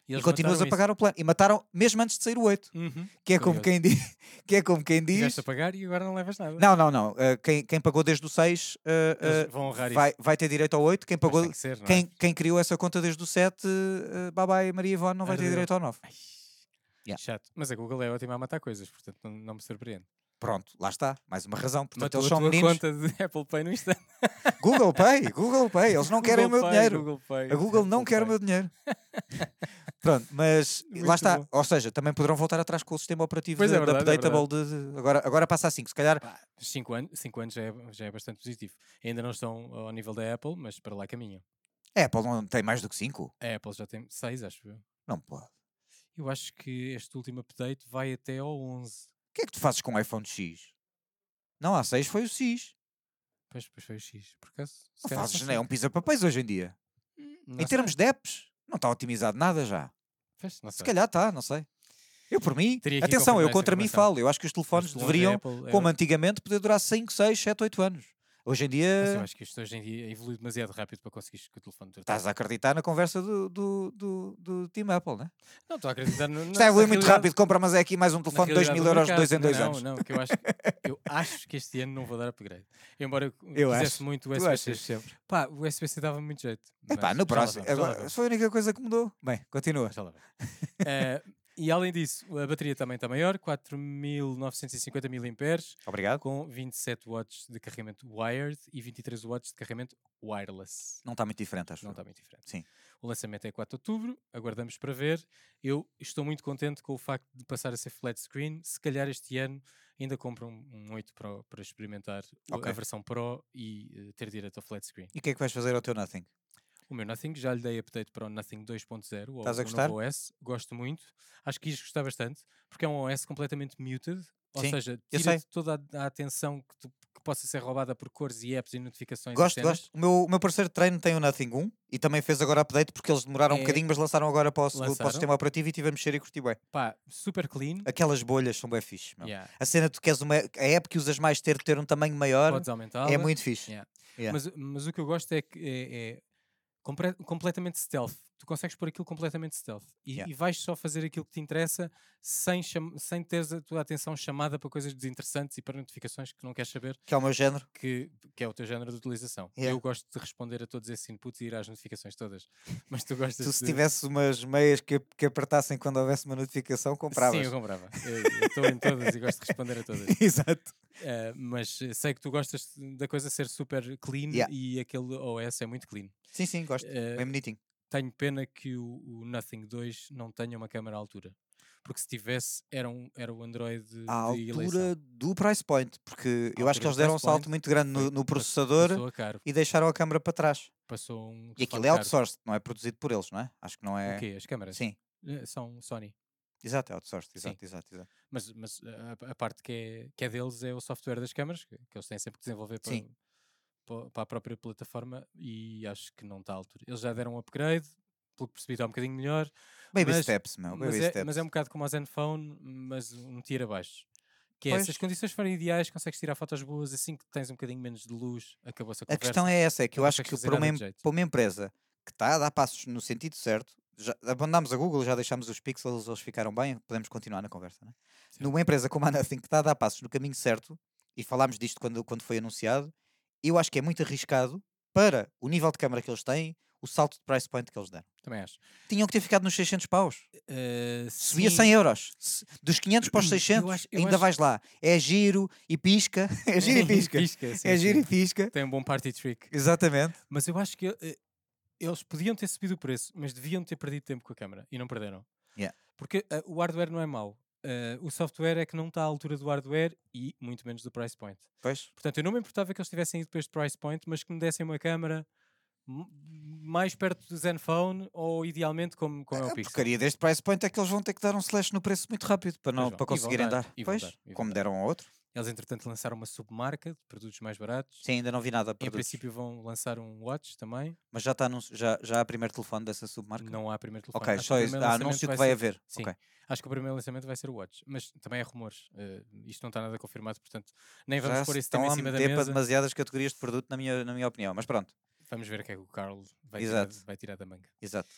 B: e
A: eles
B: continuas a
A: mataram
B: pagar o plano. E mataram mesmo antes de sair o 8,
A: isso. Uhum.
B: que é como
A: Curioso.
B: quem diz. Que é como quem diz.
A: Tiveste a pagar e agora não levas nada.
B: Não, não, não. Uh, quem, quem pagou desde o 6 uh,
A: Eles
B: uh,
A: vão honrar
B: vai, vai ter direito ao 8. Quem
A: isso. Mas
B: pagou.
A: tem que ser, não é?
B: Quem, quem criou essa conta desde o 7, uh, bye bye Maria Ivone, não vai ter
A: Ardeu.
B: direito ao 9.
A: Ai,
B: Yeah.
A: Chato. Mas a Google é ótima a matar coisas, portanto não, não me surpreende.
B: Pronto, lá está. Mais uma razão. Portanto,
A: Matou
B: eles
A: a
B: são
A: tua
B: meninos.
A: conta de Apple Pay no instante.
B: Google Pay, Google Pay. Eles não querem o meu
A: Pay,
B: dinheiro.
A: Google Pay,
B: A Google não
A: Apple
B: quer o
A: Pay.
B: meu dinheiro. Pronto, mas
A: Muito
B: lá está.
A: bom.
B: Ou seja, também poderão voltar atrás com o sistema operativo
A: Pois
B: de,
A: é
B: de
A: verdade, é
B: updatable. de, de- agora, agora passa a 5. Se calhar
A: Cinco anos, cinco anos já, é, já é bastante positivo. Ainda não estão ao nível da Apple, mas para lá caminham.
B: a Apple é, não tem mais do que 5.
A: A Apple já tem seis, acho eu.
B: Não pode. O
A: Eu acho que este último update vai até ao 11.
B: que é que tu fazes com o iPhone X? Não, há 6 foi o X.
A: Pois, pois foi o X. Por acaso, se
B: Não
A: calhar
B: fazes,
A: são
B: não é um pisa-papéis hoje em dia.
A: cinco.
B: em
A: Não
B: termos de apps, não está otimizado nada já.
A: sei. Pois, não
B: Se
A: sei.
B: calhar está, não sei. Eu por mim,
A: Teria que
B: atenção,
A: confirmar
B: eu
A: essa
B: contra mim
A: informação.
B: falo. Eu acho que os
A: Mas
B: telefones
A: de longe a
B: deveriam,
A: Apple é
B: como antigamente, poder durar 5, 6, 7, 8 anos. Hoje em
A: Mas eu
B: dia,
A: acho que isto hoje em dia evolui demasiado rápido para conseguires que o telefone dure
B: estás a acreditar na conversa do, do, do, do Team Apple, né?
A: Não, estou a acreditar no.
B: Isto é evoluir muito rápido, compra, mas é aqui mais um telefone de 2 mil euros de 2 em 2
A: não, é?
B: anos.
A: Não, que eu acho, eu acho que este ano não vou dar upgrade. Embora eu,
B: Eu
A: quisesse
B: acho.
A: muito o
B: Tu achas
A: USB-C.
B: sempre.
A: Pá, o USB-C dava muito jeito.
B: Epá,
A: mas já
B: no
A: lá
B: próximo.
A: vamos, já lá
B: agora,
A: vamos,
B: foi a única coisa que mudou. Bem, continua.
A: já lá vamos. Eh, e além disso, a bateria também está maior, 4.950 mAh,
B: Obrigado.
A: com 27 watts de carregamento wired e 23 watts de carregamento wireless.
B: Não está muito diferente, acho.
A: Não
B: eu.
A: está muito diferente.
B: Sim.
A: O lançamento é 4 de outubro, aguardamos para ver. Eu estou muito contente com o facto de passar a ser flat screen. Se calhar este ano ainda compro um, um 8 Pro para experimentar o-
B: Ok.
A: a versão Pro e eh, ter direito ao flat screen.
B: E o que é que vais fazer ao teu Nothing?
A: O meu Nothing, já lhe dei update para o Nothing 2.0, ou
B: Estás a
A: o
B: gostar?
A: novo OS. Gosto muito. Acho que isto gostar bastante, porque é um OS completamente muted. Ou
B: Sim,
A: seja,
B: eu
A: tira toda a, a atenção que, tu- que possa ser roubada por cores e apps e notificações. e
B: Gosto,
A: cenas.
B: gosto. O meu, o meu parceiro de treino tem o Nothing 1 e também fez agora update porque eles demoraram um
A: É.
B: bocadinho, mas lançaram agora para o, segundo- para o
A: Lançaram.
B: sistema operativo e tive a mexer e curti bem.
A: Pá, super clean.
B: Aquelas bolhas são bem fixe. meu.
A: Yeah.
B: A cena, tu queres uma, a app que usas mais ter de ter um tamanho maior
A: Podes aumentar.
B: é muito fixe.
A: Yeah.
B: Yeah.
A: Mas, mas o que eu gosto é que é, é compre- completamente stealth. Tu consegues pôr aquilo completamente stealth e,
B: Yeah.
A: e vais só fazer aquilo que te interessa sem, cham- sem teres a tua atenção chamada para coisas desinteressantes e para notificações que não queres saber,
B: Que é o meu género.
A: que, que é o teu género de utilização.
B: Yeah.
A: Eu gosto de responder a todos esses inputs e ir às notificações todas. Mas tu gostas
B: Tu se
A: de...
B: tivesse umas meias que, que apertassem quando houvesse uma notificação,
A: Sim,
B: compravas.
A: eu comprava. Eu eu estou em todas e gosto de responder a todas.
B: Exato.
A: Ah, mas eh, sei que tu gostas da coisa ser super clean
B: Yeah.
A: e aquele OS é muito clean.
B: Sim, sim, gosto.
A: Ah,
B: Bem bonitinho.
A: tenho pena que o, o Nothing 2 não tenha uma câmera à altura. Porque se tivesse, era, um, era o Android de
B: à altura
A: eleição.
B: do price point, porque eu
A: À
B: acho
A: altura
B: que eles
A: do
B: deram um
A: price
B: salto
A: point,
B: muito grande no,
A: Foi-
B: no
A: passou-
B: processador
A: Passou a caro.
B: e deixaram a câmara para trás.
A: Passou um
B: E aquilo
A: telefone
B: é
A: caro.
B: outsourced, não é produzido por eles, não é? Acho que não
A: O
B: é.
A: quê? As câmaras?
B: Sim,
A: Eh, São Sony.
B: exato, é outsourced,
A: Sim.
B: exato, exato, exato.
A: Mas, mas eh, a, a parte que é, que é deles é o software das câmaras, que, que eles têm sempre que desenvolver para,
B: Sim.
A: pa- para a própria plataforma e acho que não está à altura. Eles já deram um upgrade, pelo que percebi está um bocadinho melhor,
B: Baby
A: Mas-
B: steps, meu, Ah, baby
A: mas, é,
B: steps.
A: mas é um bocado como a Zenfone, mas um tiro abaixo. Que é,
B: Pois.
A: se as condições forem ideais, consegues tirar fotos boas, assim que tens um bocadinho menos de luz, acabou-se a
B: A
A: conversa.
B: questão é essa, é que
A: não
B: eu acho
A: consegues
B: que
A: fazer
B: para
A: nada
B: uma,
A: de
B: em-
A: jeito.
B: para uma empresa que está a dar passos no sentido certo, já abandonámos a Google, já deixámos os pixels, eles ficaram bem, podemos continuar na conversa, não é?
A: Certo.
B: Numa empresa como a Nothing que está a dar passos no caminho certo, e falámos disto quando, quando foi anunciado, eu acho que é muito arriscado para o nível de câmara que eles têm, o salto de price point que eles deram.
A: Também acho.
B: Tinham que ter ficado nos 600 paus.
A: Eh,
B: Subia
A: sim,
B: 100 euros. Se- Dos 500 para os
A: Eu
B: 600,
A: acho- eu
B: ainda
A: acho-
B: vais lá. É giro e pisca. É giro e pisca.
A: sim,
B: é giro
A: sim.
B: e pisca.
A: Tem um bom party trick.
B: Exatamente.
A: Mas eu acho que eh, eles podiam ter subido o preço, mas deviam ter perdido tempo com a câmera e não perderam.
B: Yeah.
A: Porque eh, o hardware não é mau. eh, o software é que não está à altura do hardware e muito menos do price point.
B: Pois.
A: Portanto, eu não me importava que eles tivessem ido para este price point, mas que me dessem uma câmera m- mais perto do Zenfone ou idealmente como, como é
B: A
A: o Pixel.
B: Ah, porcaria deste price point é que eles vão ter que dar um slash no preço muito rápido para, não,
A: vão.
B: para
A: E vão
B: conseguirem
A: dar,
B: dar.
A: e vão
B: Pois,
A: dar, e vão
B: como
A: dar.
B: deram ao outro.
A: Eles, entretanto, lançaram uma submarca de produtos mais baratos.
B: Sim, ainda não vi nada.
A: Em
B: produtos.
A: princípio vão lançar um watch também.
B: Mas já, está anun- já, já há primeiro telefone dessa submarca?
A: Não há primeiro telefone.
B: Ok,
A: Acho que
B: só
A: o
B: isso.
A: primeiro
B: Há
A: lançamento
B: anúncio que
A: vai
B: vai
A: ser-
B: haver.
A: Sim.
B: Ok.
A: Acho que o primeiro lançamento vai ser o Watch, mas também há rumores. eh, isto não está nada confirmado, portanto, nem vamos
B: Já
A: pôr
B: se
A: esse tema
B: estão
A: em
B: a
A: cima da
B: meter para
A: mesa.
B: demasiadas categorias de produto, na minha, na minha opinião. Mas pronto,
A: Vamos ver o que é que o Carl vai, tirar,
B: Exato.
A: vai tirar da manga.
B: exato.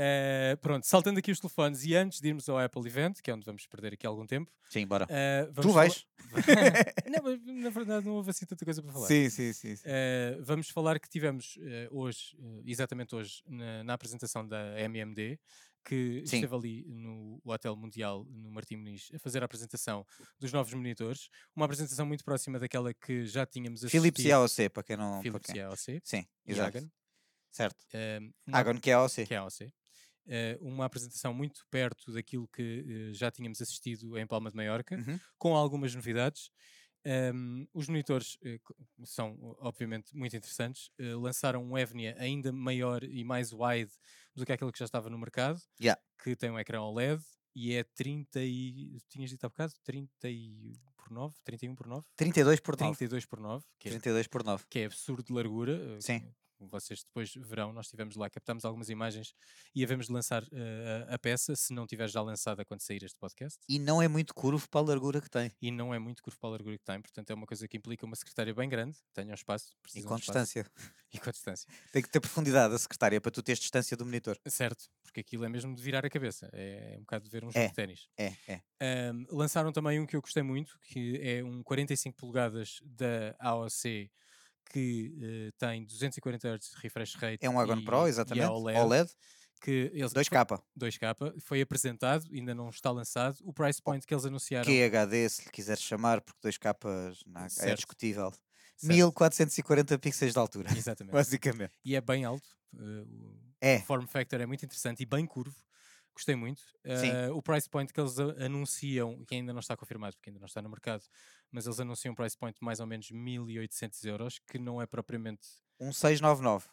A: Eh, pronto, saltando aqui os telefones e antes de irmos ao Apple Event, que é onde vamos perder aqui algum tempo,
B: Sim, bora.
A: eh, vamos
B: tu
A: falar-
B: vais?
A: não, mas na verdade não houve assim tanta coisa para falar.
B: Sim, sim, sim. sim.
A: Eh, vamos falar que tivemos eh, hoje, eh, exatamente hoje, na, na apresentação da MMD, que
B: Sim.
A: esteve ali no Hotel Mundial, no Martim Muniz, a fazer a apresentação dos novos monitores. Uma apresentação muito próxima daquela que já tínhamos assistido.
B: Philips e AOC, para quem não.
A: Philips
B: para
A: e
B: quem.
A: AOC.
B: Sim,
A: e
B: exato.
A: Agon.
B: Certo.
A: Eh, uma-
B: Agon que é AOC.
A: que é a AOC. eh, uma apresentação muito perto daquilo que eh, já tínhamos assistido em Palma de Maiorca,
B: Uhum.
A: com algumas novidades. Ehm, os monitores eh, co- são, o- obviamente, muito interessantes. Eh, lançaram um Evnia ainda maior e mais wide do que aquele que já estava no mercado,
B: Yeah.
A: que tem um ecrã OLED e é 30 e... Tinhas dito há bocado? 31 por 9? 31 por 9?
B: 32 por 9.
A: 32 por 9, que é
B: 32 por 9.
A: que é absurdo de largura. eh,
B: Sim.
A: que Vocês depois verão, nós estivemos lá, captamos algumas imagens e havemos de lançar eh, a- a peça, se não tiver já lançada quando sair este podcast.
B: E não é muito curvo para a largura que tem.
A: E não é muito curvo para a largura que tem, portanto é uma coisa que implica uma secretária bem grande, tenha um espaço.
B: E
A: precisa de
B: com
A: um espaço
B: distância.
A: E com distância.
B: Tem que ter profundidade a secretária para tu teres distância do monitor.
A: Certo, porque aquilo é mesmo de virar a cabeça, é um bocado de ver um jogo
B: É.
A: de ténis.
B: É, é.
A: Ahm, lançaram também um que eu gostei muito, que é um 45 polegadas da AOC que eh, tem 240 Hz de refresh rate.
B: É um Agon
A: e- e
B: Pro,
A: é
B: exatamente. OLED,
A: OLED, que eles
B: 2K.
A: 2K, foi apresentado, ainda não está lançado. O price point que eles anunciaram.
B: QHD, se lhe quiseres chamar, porque 2K na- é
A: Certo.
B: discutível.
A: Certo,
B: 1440 pixels de altura,
A: Exatamente.
B: basicamente.
A: E é bem alto. eh, o
B: É.
A: form factor é muito interessante e bem curvo. Gostei muito.
B: Sim.
A: Eh, o price point que eles a- anunciam, que ainda não está confirmado, porque ainda não está no mercado, mas eles anunciam um price point de mais ou menos 1800 euros, que não é propriamente
B: Um 699.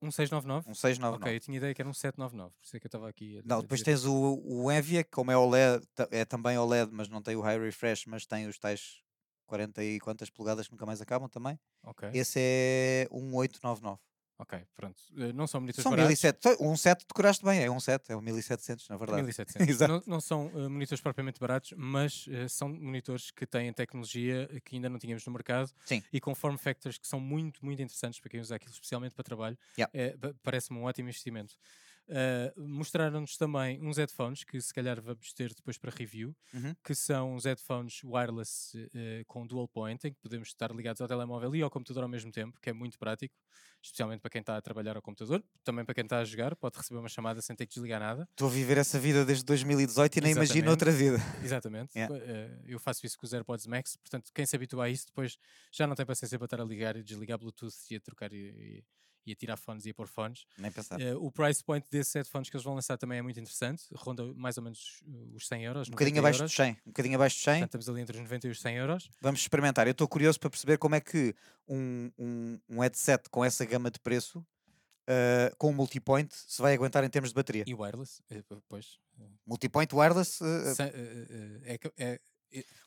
A: um 699.
B: Um 699.
A: Ok, eu tinha ideia que era um 799, por isso é que eu estava aqui. a-
B: Não,
A: a
B: depois
A: dizer-
B: tens o, o Envia, que como é OLED, ta- é também OLED, mas não tem o high refresh, mas tem os tais 40 e quantas polegadas que nunca mais acabam também.
A: Ok,
B: Esse é um 899.
A: ok, pronto. Eh, Não são monitores
B: São
A: baratos.
B: 1700. Um 7 decoraste bem, é um 7, é um 1700, na verdade.
A: 1700.
B: Exato.
A: Não, não são eh, monitores propriamente baratos, mas eh, são monitores que têm tecnologia eh, que ainda não tínhamos no mercado
B: Sim.
A: e com form factors que são muito, muito interessantes para quem usa aquilo, especialmente para trabalho.
B: Yeah.
A: Eh, pa- Parece-me um ótimo investimento. Eh, Mostraram-nos também uns headphones que se calhar vamos ter depois para review,
B: Uhum.
A: que são os headphones wireless eh, com dual point, em que podemos estar ligados ao telemóvel e ao computador ao mesmo tempo, que é muito prático, especialmente para quem está a trabalhar ao computador, também para quem está a jogar, pode receber uma chamada sem ter que desligar nada.
B: Estou a viver essa vida desde 2018 e nem imagino
A: Exatamente.
B: outra vida.
A: Exatamente.
B: Yeah.
A: Co- eh, Eu faço isso com os AirPods Max, portanto, quem se habitua a isso depois já não tem paciência para estar a ligar e desligar Bluetooth e a trocar e, e- e a tirar fones e a pôr fones.
B: Nem pensar.
A: Eh, o price point desses headphones que eles vão lançar também é muito interessante, ronda mais ou menos eh, os 100 euros.
B: um bocadinho
A: 90
B: abaixo
A: euros.
B: de 100. Um bocadinho abaixo de 100.
A: Portanto, estamos ali entre os 90 e os 100 euros.
B: Vamos experimentar. Eu estou curioso para perceber como é que um, um, um headset com essa gama de preço, ah, com o multipoint, se vai aguentar em termos de bateria.
A: E wireless, eh, p- pois.
B: Multipoint wireless, ah, ah,
A: Sa- eh, eh, eh, é que- é-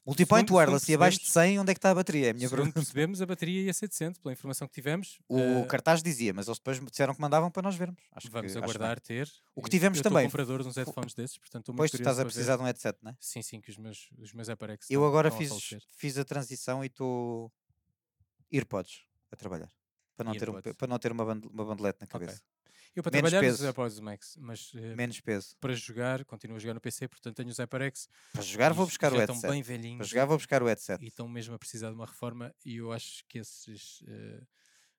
B: multipoint
A: segundo
B: wireless e abaixo de 100, onde é que está a bateria? É a minha
A: segundo
B: pergunta.
A: percebemos, a bateria ia ser decente, pela informação que tivemos.
B: O
A: eh,
B: cartaz dizia, mas eles depois me disseram que mandavam para nós vermos. Acho
A: vamos
B: que, acho bem.
A: aguardar ter.
B: O que
A: Eu-
B: tivemos
A: eu sou
B: também-
A: comprador de uns headphones desses, portanto estou muito
B: Pois tu
A: curioso
B: estás a
A: para ver.
B: precisar de um headset, não é?
A: Sim, sim, que os meus, os meus aparelhos
B: Eu agora
A: estão a
B: fiz,
A: falecer.
B: fiz a transição e estou earpods a trabalhar. Para não, ter, um, pe-
A: Earpods.
B: para não ter uma, bande- uma bandelete na cabeça.
A: Eu para
B: menos
A: trabalhar uso
B: peso.
A: os AirPods Max, mas eh,
B: Menos peso.
A: para jogar, continuo a jogar no PC, portanto tenho os AirPods.
B: Para jogar vou buscar o
A: já estão
B: headset.
A: bem
B: Para
A: velhinhos
B: jogar vou buscar o headset.
A: e estão mesmo a precisar de uma reforma e eu acho que esses eh,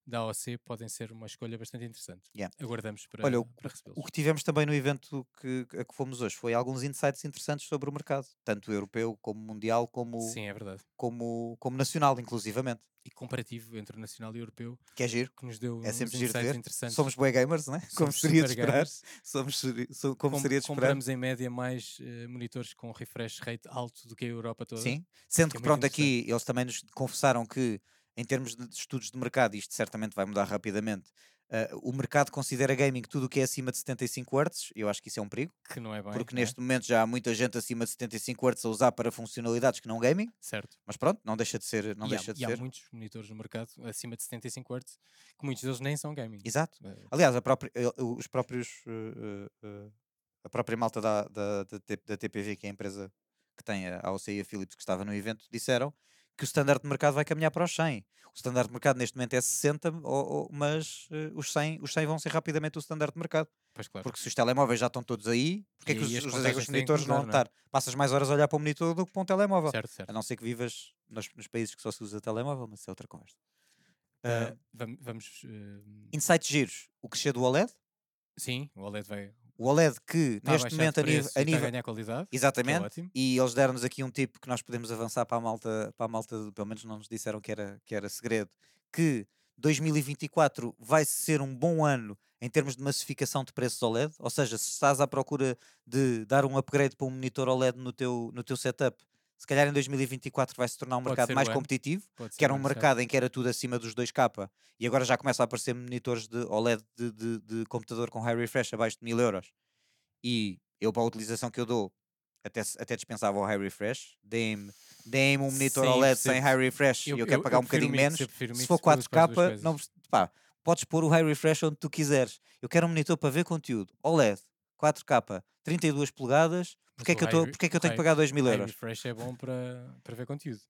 A: da AOC podem ser uma escolha bastante interessante.
B: Yeah.
A: Aguardamos para,
B: Olha, o-
A: para recebê-los.
B: O que tivemos também no evento que, a que fomos hoje foi alguns insights interessantes sobre o mercado, tanto europeu como mundial, como,
A: Sim, é verdade.
B: como, como nacional, inclusivamente.
A: E comparativo entre o nacional e o europeu,
B: Que é giro.
A: que nos deu
B: É
A: uns
B: sempre giro de
A: um insights
B: ver.
A: interessantes.
B: Somos boy gamers, não é? Como
A: Somos
B: seria de
A: super
B: esperar.
A: gamers.
B: Somos, seri- so- como
A: Com-
B: seria de esperar.
A: compramos em média mais eh, monitores com refresh rate alto do que a Europa toda.
B: Sim. Sendo
A: que
B: que,
A: é muito
B: pronto, aqui eles também nos confessaram que, em termos de de estudos de mercado, isto certamente vai mudar rapidamente, ah, o mercado considera gaming tudo o que é acima de 75 Hz. Eu acho que isso é um perigo,
A: Que não é bem.
B: porque
A: não é?
B: neste momento já há muita gente acima de 75 Hz a usar para funcionalidades que não gaming.
A: Certo.
B: Mas pronto, não deixa de ser. Não
A: e
B: deixa
A: há,
B: de
A: e há
B: ser.
A: muitos monitores no mercado acima de 75 Hz que muitos deles nem são gaming.
B: Exato.
A: Eh,
B: Aliás, a própria, eh, os próprios. eh, eh, eh, a própria malta da, da, da, T- da TPV, que é a empresa que tem a AOC e a Philips, que estava no evento, disseram que o standard de mercado vai caminhar para os 100. O standard de mercado neste momento é 60, ou- ou- mas eh, os, 100, os 100 vão ser rapidamente o standard de mercado.
A: Pois claro.
B: Porque se os telemóveis já estão todos aí, porque é
A: E
B: que os,
A: aí as
B: os,
A: contagens
B: os
A: têm que
B: monitores não vão
A: mudar, não é?
B: estar? Passas mais horas a olhar para o monitor do que para um telemóvel.
A: Certo, certo.
B: A não ser que vivas nos, nos países que só se usa telemóvel, mas isso é outra conversa. Ah,
A: Eh, vam- vamos. eh,
B: Insights giros. O crescer do OLED.
A: sim, o OLED vai.
B: O OLED que
A: tá a
B: neste
A: baixar de
B: momento a, nível-
A: preço
B: a
A: e tá
B: nível...
A: ganhar qualidade. que é
B: Exatamente.
A: ótimo.
B: E eles deram-nos aqui um tipo que nós podemos avançar para a malta, para a malta de- pelo menos não nos disseram que era, que era segredo, que 2024 vai ser um bom ano em termos de massificação de preços OLED, ou seja, se estás à procura de dar um upgrade para um monitor OLED no teu, no teu setup, se calhar em 2024 vai se tornar um
A: Pode
B: mercado
A: ser o
B: mais
A: ano.
B: competitivo,
A: Pode ser
B: que era um
A: ano, certo.
B: mercado em que era tudo acima dos 2K e agora já começa a aparecer monitores de OLED de, de- de computador com high refresh abaixo de 1000 euros e eu para a utilização que eu dou até, se- até dispensava o high refresh deem-me deem um monitor
A: Sim,
B: OLED
A: percebo.
B: sem high refresh
A: Eu-
B: e eu
A: eu-
B: quero pagar
A: eu
B: um bocadinho
A: prefiro mix,
B: menos
A: eu prefiro
B: se
A: mix
B: for
A: pelas- pelas duas
B: 4K não,
A: coisas.
B: pres- pá, podes pôr o high refresh onde tu quiseres eu quero um monitor para ver conteúdo OLED 4K 32 polegadas
A: Mas
B: porque é
A: o
B: que eu,
A: high
B: tô,
A: re-
B: porque é que eu
A: o
B: tenho
A: high-
B: que pagar 2 mil
A: high
B: euros
A: refresh é bom para, para ver conteúdo.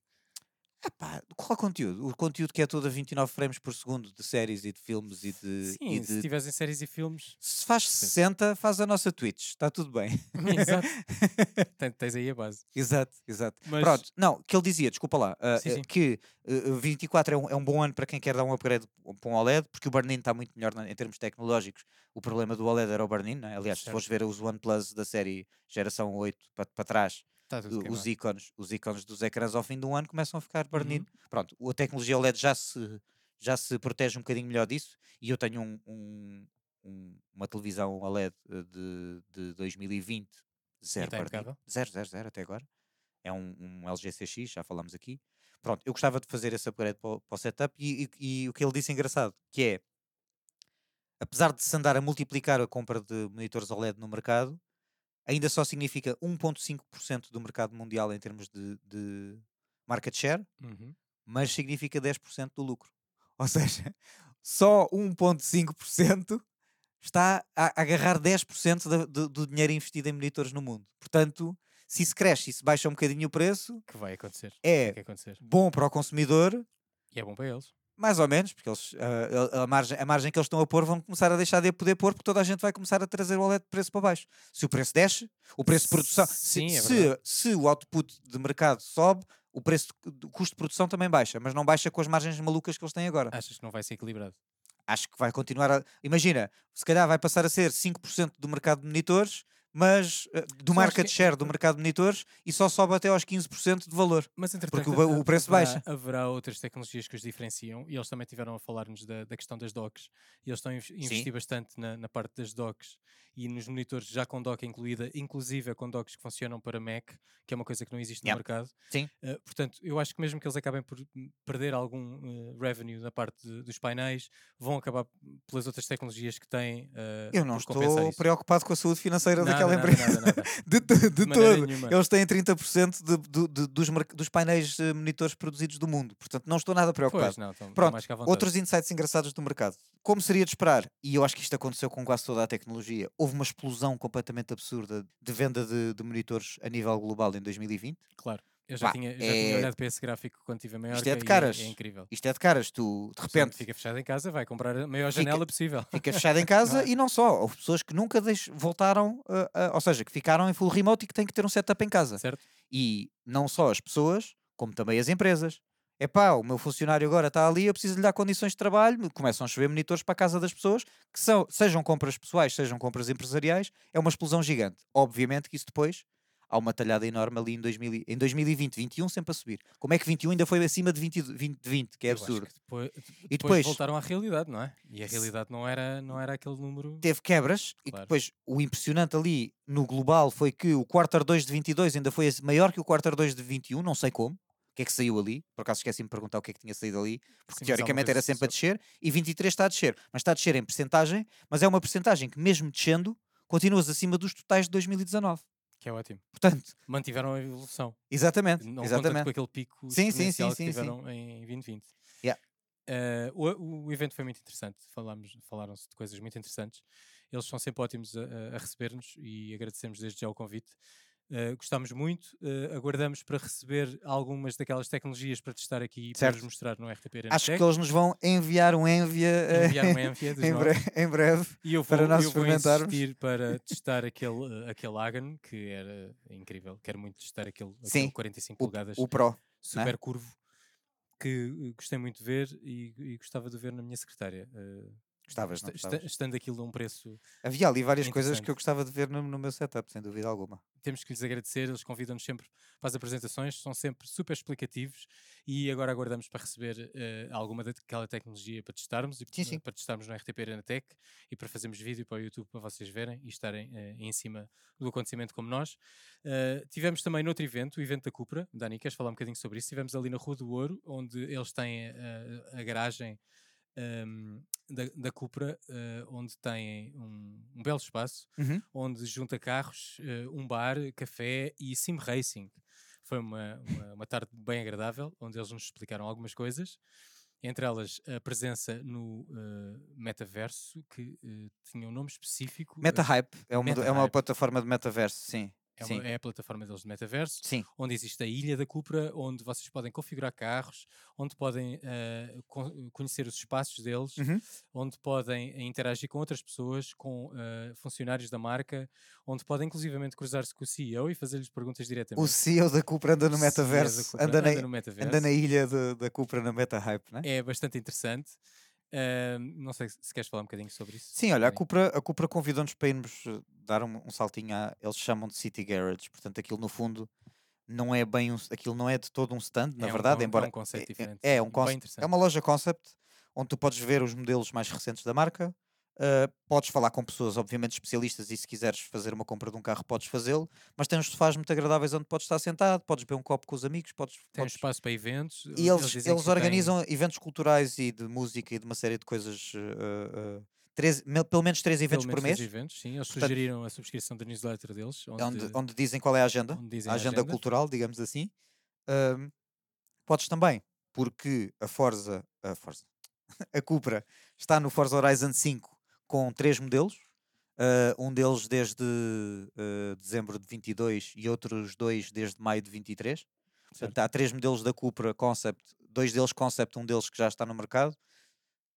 B: Epá, qual é o conteúdo? O conteúdo que é todo a 29 frames por segundo de séries e de filmes e de.
A: Sim,
B: e
A: se
B: de-
A: tiveres em séries e filmes.
B: Se faz 60, faz a nossa Twitch, está tudo bem.
A: Exato. Tem- Tens aí a base.
B: exato, exato.
A: Mas
B: Pronto, não, que ele dizia, desculpa lá, ah,
A: Sim,
B: eh,
A: sim.
B: que eh, 24 é um, é um bom ano para quem quer dar um upgrade para um OLED, porque o burn-in está muito melhor na- em termos tecnológicos. O problema do OLED era o burn-in, não é? aliás, se
A: Certo.
B: fores ver os OnePlus da série geração 8 para, para trás,
A: está tudo
B: o-
A: queimado.
B: os ícones, os ícones dos ecrãs ao fim de um ano começam a ficar burn-in. Pronto, o- a tecnologia OLED já se, já se protege um bocadinho melhor disso e eu tenho um- um- um- uma televisão OLED eh, de, de 2020, zero
A: tá
B: burn-in,
A: impecável?
B: zero, zero, zero até agora. É um, um LG CX, já falámos aqui. Pronto, eu gostava de fazer esse upgrade para o, para o setup e, e- e o que ele disse é engraçado, que é apesar de se andar a multiplicar a compra de monitores OLED no mercado, ainda só significa 1,5% do mercado mundial em termos de, de market share,
A: Uhum.
B: mas significa 10% do lucro. Ou seja, só 1,5% está a agarrar 10% da- do, do dinheiro investido em monitores no mundo. Portanto, se isso cresce e se baixa um bocadinho o preço,
A: Que vai acontecer. Tem
B: é
A: que acontecer.
B: bom para o consumidor,
A: E é bom para eles.
B: mais ou menos, porque eles, ah, a, a margem, a margem que eles estão a pôr vão começar a deixar de a poder pôr, porque toda a gente vai começar a trazer o OLED de preço para baixo. Se o preço desce, o preço de produção.
A: Sim,
B: se,
A: é
B: se, se o output de mercado sobe, o preço de- do custo de produção também baixa, mas não baixa com as margens malucas que eles têm agora.
A: Então Achas que não vai ser equilibrado?
B: Acho que vai continuar a. Imagina, se calhar vai passar a ser 5% do mercado de monitores, mas eh, do
A: acho
B: market
A: que-
B: share do mercado de monitores e só sobe até aos 15% de valor.
A: Mas entretanto,
B: Porque o ba- o
A: ha-
B: preço
A: haverá,
B: baixa.
A: Haverá outras tecnologias que os diferenciam e eles também tiveram a falar-nos da, da questão das docks. E eles estão a inves- investir bastante na, na parte das docks e nos monitores já com dock incluída, inclusive é com docks que funcionam para Mac, que é uma coisa que não existe
B: Yep.
A: no mercado.
B: Sim.
A: Eh, portanto, eu acho que mesmo que eles acabem por hum, perder algum eh, revenue na parte de- dos painéis, vão acabar pelas outras tecnologias que têm. eh,
B: Eu não
A: por compensar
B: estou
A: isso.
B: preocupado com a saúde financeira
A: Nada,
B: daquela
A: nada,
B: empresa
A: nada, nada.
B: de, de- de
A: De maneira
B: todo.
A: nenhuma.
B: Eles têm 30% de, do- de- dos, merc- dos painéis eh, monitores produzidos do mundo. Portanto, não estou nada preocupado.
A: Pois, não, estão- estão
B: Pronto,
A: mais que à vontade.
B: Outros insights engraçados do mercado. Como seria de esperar, e eu acho que isto aconteceu com quase toda a tecnologia, houve uma explosão completamente absurda de venda de, de monitores a nível global em 2020.
A: Claro. Eu já,
B: Pá,
A: tinha, já
B: é-
A: tinha olhado para esse gráfico quando estive a Maiorca
B: é de
A: e
B: caras.
A: É, incrível.
B: Isto é de caras, tu de
A: A pessoa
B: repente
A: Fica fechada em casa, vai comprar a maior
B: Fica-
A: janela possível.
B: ficas fechado em casa
A: é?
B: e não só. Houve pessoas que nunca deix- voltaram, a- a- ou seja, que ficaram em full remote e que têm que ter um setup em casa.
A: Certo?
B: E não só as pessoas, como também as empresas. Epá, o meu funcionário agora está ali, eu preciso lhe dar condições de trabalho, começam a chover monitores para a casa das pessoas, que são, sejam compras pessoais, sejam compras empresariais, é uma explosão gigante. Obviamente que isso depois há uma talhada enorme ali em, 2000 e- em 2020, 21 sempre a subir. Como é que 21 ainda foi acima de 20, 20, 20 que é
A: Eu acho que
B: absurdo.
A: depois,
B: E
A: e
B: depois-
A: depois voltaram à realidade, não é? E a
B: Se-
A: realidade não era, não era aquele número.
B: teve quebras e
A: Claro.
B: depois o impressionante ali no global foi que o quarter 2 de 22 ainda foi esse- maior que o quarter 2 de 21, não sei como. O que é que saiu ali? Por acaso esqueci-me de perguntar o que é que tinha saído ali, porque
A: Sim, mas há uma
B: teoricamente
A: coisa
B: era sempre a
A: so-
B: descer e 23 está a descer, mas está a descer em percentagem, mas é uma percentagem que mesmo descendo, continuas acima dos totais de 2019.
A: Que é ótimo.
B: Portanto,
A: Mantiveram a evolução.
B: exatamente,
A: Não contando com
B: exatamente.
A: aquele pico
B: Sim, sim, sim,
A: exponencial
B: sim,
A: que
B: sim.
A: tiveram em 2020.
B: Yeah.
A: Eh, o, o evento foi muito interessante. Falámos, falaram-se de coisas muito interessantes. Eles são sempre ótimos a, a- a receber-nos e agradecemos desde já o convite. Eh, gostámos muito. eh, aguardamos para receber algumas daquelas tecnologias para testar aqui e para vos
B: Certo.
A: mostrar no RTP Arena
B: Acho
A: Tech.
B: que eles nos vão enviar um envia eh,
A: Enviar uma envia dos
B: em,
A: nossos.
B: breve, em breve.
A: E eu vou,
B: para nós
A: eu vou
B: experimentarmos.
A: insistir para testar aquele, eh, aquele Agan, que era incrível. Quero muito testar aquele, aquele
B: Sim,
A: 45
B: O,
A: polegadas
B: o Pro. não é?
A: super curvo que eh, gostei muito de ver e, e gostava de ver na minha secretária. eh,
B: Gostavas, não
A: esta-
B: gostavas?
A: esta- estando aquilo a um preço,
B: Havia ali várias coisas que eu
A: Interessante.
B: gostava de ver no, no meu setup, sem dúvida alguma.
A: temos que lhes agradecer. Eles convidam-nos sempre para as apresentações, são sempre super explicativos e agora aguardamos para receber eh, alguma daquela tecnologia para testarmos e
B: Sim, sim.
A: para testarmos no RTP Arena Tech e para fazermos vídeo para o YouTube para vocês verem e estarem eh, em cima do acontecimento como nós. Eh, tivemos também noutro evento, o evento da Cupra. Dani, queres falar um bocadinho sobre isso? Tivemos ali na Rua do Ouro, onde eles têm eh, a garagem ehm, da, da Cupra, eh, onde têm um, um belo espaço,
B: Uhum.
A: onde junta carros, eh, um bar, café e sim racing. Foi uma, uma, uma tarde bem agradável, onde eles nos explicaram algumas coisas. Entre elas, a presença no eh, metaverso, que eh, tinha um nome específico. eh,
B: MetaHype é uma, do- é uma
A: MetaHype.
B: plataforma de metaverso, sim.
A: é,
B: sim.
A: uma- é a plataforma deles de metaverso
B: Sim.
A: onde existe a Ilha da Cupra, onde vocês podem configurar carros, onde podem eh, con- conhecer os espaços deles,
B: Uhum.
A: onde podem eh, interagir com outras pessoas, com eh, funcionários da marca, onde podem inclusivamente cruzar-se com o CEO e fazer-lhes perguntas diretamente.
B: O CEO da Cupra anda no
A: CEO da
B: metaverso,
A: Cupra
B: anda, na,
A: no metaverso.
B: anda na ilha de- da Cupra na MetaHype, não é?
A: É bastante interessante. Ahm, não sei se se queres falar um bocadinho sobre isso.
B: Sim, olha, a
A: Dani.
B: Cupra, a Cupra convidou-nos para irmos eh, dar um, um saltinho à. Eles chamam de City Garage, portanto aquilo no fundo não é bem um. Aquilo não é de todo um stand, na
A: É um-
B: verdade,
A: é um- é
B: embora.
A: um conceito diferente,
B: É,
A: sim,
B: um
A: bem
B: conceito. É
A: interessante.
B: uma loja concept onde tu podes ver os modelos mais recentes da marca. eh, podes falar com pessoas, obviamente, especialistas, e se quiseres fazer uma compra de um carro, podes fazê-lo. Mas tem uns sofás muito agradáveis onde podes estar sentado, podes beber um copo com os amigos, podes.
A: Tem um
B: podes-
A: espaço para eventos.
B: e eles, eles,
A: dizem que só têm-
B: organizam eventos culturais e de música e de uma série de coisas. eh, eh, treze- mel- pelo menos três
A: pelo
B: eventos por
A: menos
B: mês,
A: três eventos, sim. Eles
B: Portanto- é
A: sugeriram a subscrição da newsletter deles, onde,
B: onde, onde dizem qual é a agenda,
A: onde dizem
B: a agenda, cultural, digamos assim. Ahm, podes também, porque a Forza, a Forza, a Cupra está no Forza Horizon 5 com três modelos, ah, um deles desde ah, dezembro de 22 e outros dois desde maio de 23. Portanto,
A: Certo.
B: há três modelos da Cupra Concept, dois deles Concept, um deles que já está no mercado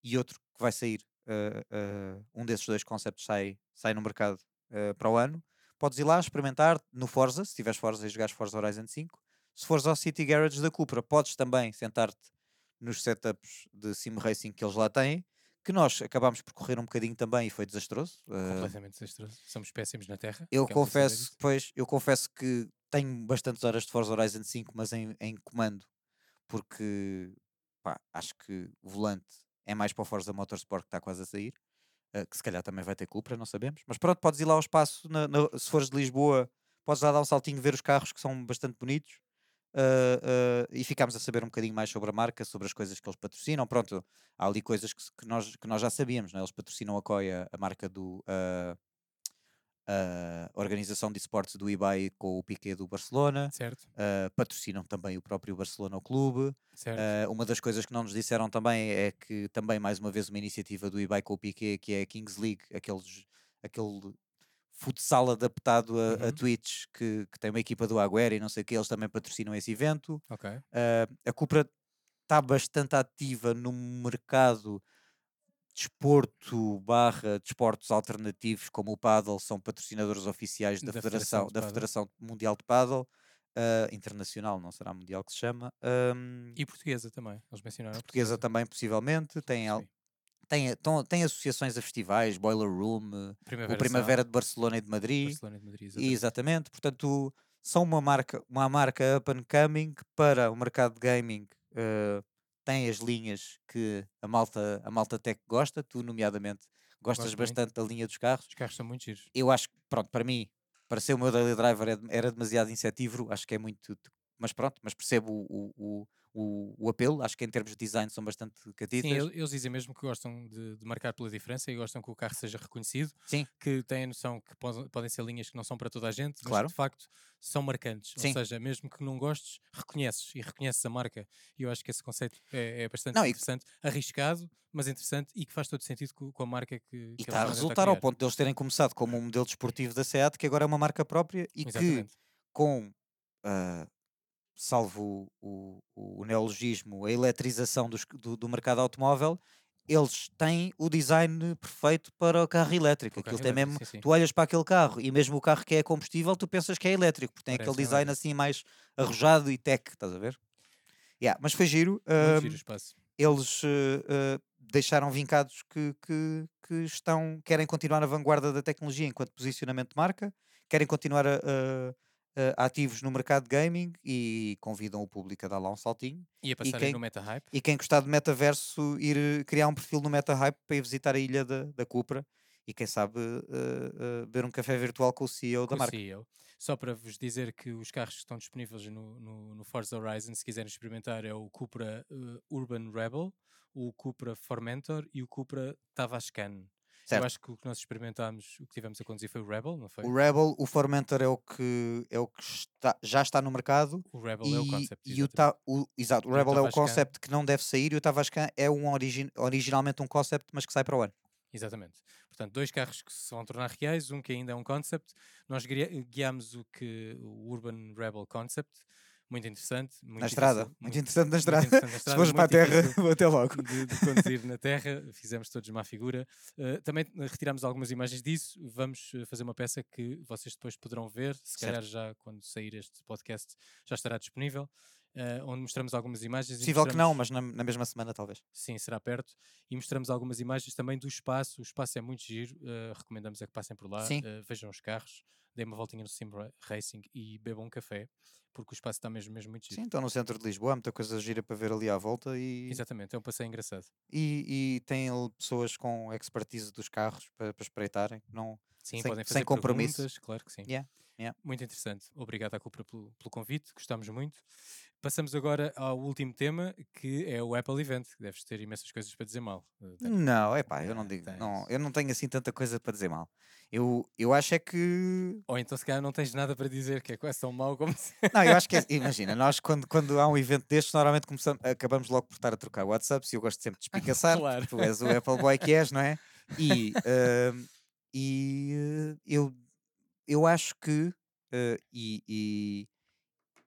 B: e outro que vai sair. ah, ah, um desses dois conceptos sai, sai no mercado ah, para o ano. Podes ir lá experimentar no Forza, se tiveres Forza e jogares Forza Horizon 5. Se fores ao City Garage da Cupra, podes também sentar-te nos setups de sim racing que eles lá têm, que nós acabámos por correr um bocadinho também e foi desastroso. Uh,
A: Completamente desastroso. Somos péssimos na Terra. é
B: eu
A: ficamos a Uhum. saber
B: confesso,
A: isso.
B: pois, eu confesso que tenho bastantes horas de Forza Horizon 5, mas em, em comando, porque pá, acho que o volante é mais para o Forza Motorsport que está quase a sair, eh, que se calhar também vai ter Cupra, não sabemos. Mas pronto, podes ir lá ao espaço, na- na- se fores de Lisboa, podes lá dar um saltinho, ver os carros que são bastante bonitos. eh, eh, e ficámos a saber um bocadinho mais sobre a marca, sobre as coisas que eles patrocinam. Pronto, há ali coisas que, se- que nós, que nós já sabíamos, né? eles patrocinam a COIA, a marca do, eh, a organização de esportes do eBay com o Piquet do Barcelona,
A: Certo,
B: ah, patrocinam também o próprio Barcelona o Clube.
A: certo.
B: Ah, uma das coisas que não nos disseram também é que também, mais uma vez, uma iniciativa do eBay com o Piquet, que é a Kings League, aqueles, aquele futsal adaptado a, a
A: Uhum.
B: Twitch, que, que tem uma equipa do Agüero e não sei o que, eles também patrocinam esse evento.
A: ok.
B: Ah, a Cupra está bastante ativa no mercado desporto barra desportos alternativos como o paddle são patrocinadores oficiais da,
A: Da Federação
B: Federação,
A: de
B: da
A: Paddle.
B: Federação Mundial de Paddle ah, Internacional, não será mundial que se chama ehm, ahm,
A: E portuguesa também. Eles mencionaram. a
B: portuguesa também possivelmente tem, al-
A: Sim.
B: tem, tão- tem associações a festivais, Boiler Room
A: Primavera,
B: o Primavera de Barcelona e de
A: Sound,
B: Madrid
A: Barcelona e de Madrid.
B: e
A: exatamente.
B: Exatamente, portanto, são uma marca, uma marca up and coming para o mercado de gaming. eh, tem as linhas que a malta, a malta tech gosta, tu, nomeadamente, gostas
A: Gosto muito.
B: bastante da linha dos carros.
A: Os carros são muito giros.
B: Eu acho que, pronto, para mim, para ser o meu daily driver é dem- era demasiado incentivo, acho que é muito. t- Mas pronto, mas percebo o, o, o, o apelo, acho que em termos de design são bastante
A: Sim,
B: catitas.
A: el- eles dizem mesmo que gostam de, de marcar pela diferença e gostam que o carro seja reconhecido,
B: Sim.
A: que têm a noção que pos- podem ser linhas que não são para toda a gente, mas
B: Claro.
A: que de facto são marcantes. Ou
B: Sim.
A: seja, mesmo que não gostes, reconheces e reconheces a marca. E eu acho que esse conceito é, é bastante
B: Não, e que-
A: interessante, arriscado, mas interessante e que faz todo sentido co- com, a marca que, que
B: E
A: eles
B: está a
A: estão tentar
B: resultar ao
A: criar.
B: ponto deles terem começado como um modelo desportivo da SEAT, que agora é uma marca própria e que
A: Exatamente.
B: com, ah, salvo o, o- o neologismo, a eletrização dos- do, do mercado automóvel, eles têm o design perfeito para o carro elétrico.
A: Para o carro
B: Aquilo tem
A: elétrico,
B: mesmo,
A: sim, sim.
B: Tu olhas para aquele carro e mesmo o carro que é combustível, tu pensas que é elétrico, porque tem
A: Parece
B: aquele
A: um
B: design
A: elétrico.
B: assim mais arrojado e tech, estás a ver? Yeah, mas foi giro.
A: Muito
B: ah,
A: giro o espaço.
B: eles eh, eh, deixaram vincados que, que- que estão, querem continuar na vanguarda da tecnologia enquanto posicionamento de marca, querem continuar a- a- a- ativos no mercado de gaming e convidam o público a dar lá um saltinho.
A: E a passar
B: quem-
A: no Meta Hype.
B: E quem gostar de metaverso, ir eh, criar um perfil no MetaHype para ir visitar a ilha da, da Cupra e quem sabe eh, eh, beber um café virtual com o CEO da
A: com o
B: marca.
A: CEO. Só para vos dizer que os carros que estão disponíveis no, no, no Forza Horizon, se quiserem experimentar, é o Cupra eh, Urban Rebel, o Cupra Formentor e o Cupra Tavascan.
B: Certo.
A: Eu acho que o que nós experimentámos, o que tivemos a conduzir foi o Rebel, não foi?
B: O Rebel, o Formentor é o que, é o que está- já está no mercado.
A: O Rebel
B: e,
A: é o concept.
B: e o
A: exatamente.
B: ta- o- exato, o
A: E o
B: Rebel é o
A: Tavascan.
B: concept que não deve sair e o Tavascan é um origi- originalmente um concept, mas que sai para o ano.
A: Exatamente. Portanto, dois carros que se vão tornar reais, um que ainda é um concept. Nós guia- guiámos o que o Urban Rebel Concept, muito interessante. Muito
B: na estrada.
A: difícil-
B: Muito, interessante na estrada.
A: interessante na
B: Se
A: estrada,
B: fores para a
A: muito
B: terra,
A: difícil.
B: até logo.
A: de, de conduzir na Terra, fizemos todos má figura. Uh, também uh, retirámos algumas imagens disso. Vamos uh, fazer uma peça que vocês depois poderão ver, se
B: Certo.
A: calhar já quando sair este podcast já estará disponível, uh, onde mostramos algumas imagens. e
B: Possível que não,
A: mostramos-
B: mas na, na mesma semana talvez.
A: Sim, será perto. E mostramos algumas imagens também do espaço. O espaço é muito giro, uh, recomendamos é que passem por lá,
B: Sim.
A: uh, vejam os carros, deem uma voltinha no Sim Ra- Racing e bebam um café, porque o espaço está mesmo, mesmo muito
B: Sim,
A: giro.
B: então no centro de Lisboa há muita coisa gira para ver ali à volta e,
A: Exatamente, é um passeio engraçado.
B: e, e tem ali pessoas com expertise dos carros para, para espreitarem. Não,
A: Sim,
B: Sem-
A: podem fazer
B: sem compromisso.
A: perguntas, claro que sim.
B: Yeah, yeah.
A: Muito interessante. Obrigado à Cupra pelo, pelo convite, gostámos muito. Passamos agora ao último tema, que é o Apple Event. que Deves ter imensas coisas para dizer mal. eh, Dani.
B: não, é pá, eu não
A: Ah,
B: digo.
A: tens.
B: Não, eu não tenho assim tanta coisa para dizer mal. Eu, eu acho é que
A: Ou então, se calhar, não tens nada para dizer, que é quase tão mau como se...
B: Não, eu acho que é- imagina, nós quando, quando há um evento destes, normalmente começamos, acabamos logo por estar a trocar WhatsApps e eu gosto sempre de espicaçar.
A: Claro.
B: Tu és o Apple Boy que és, não é? E, ahm, e eh, eu, eu acho que eh, e, e,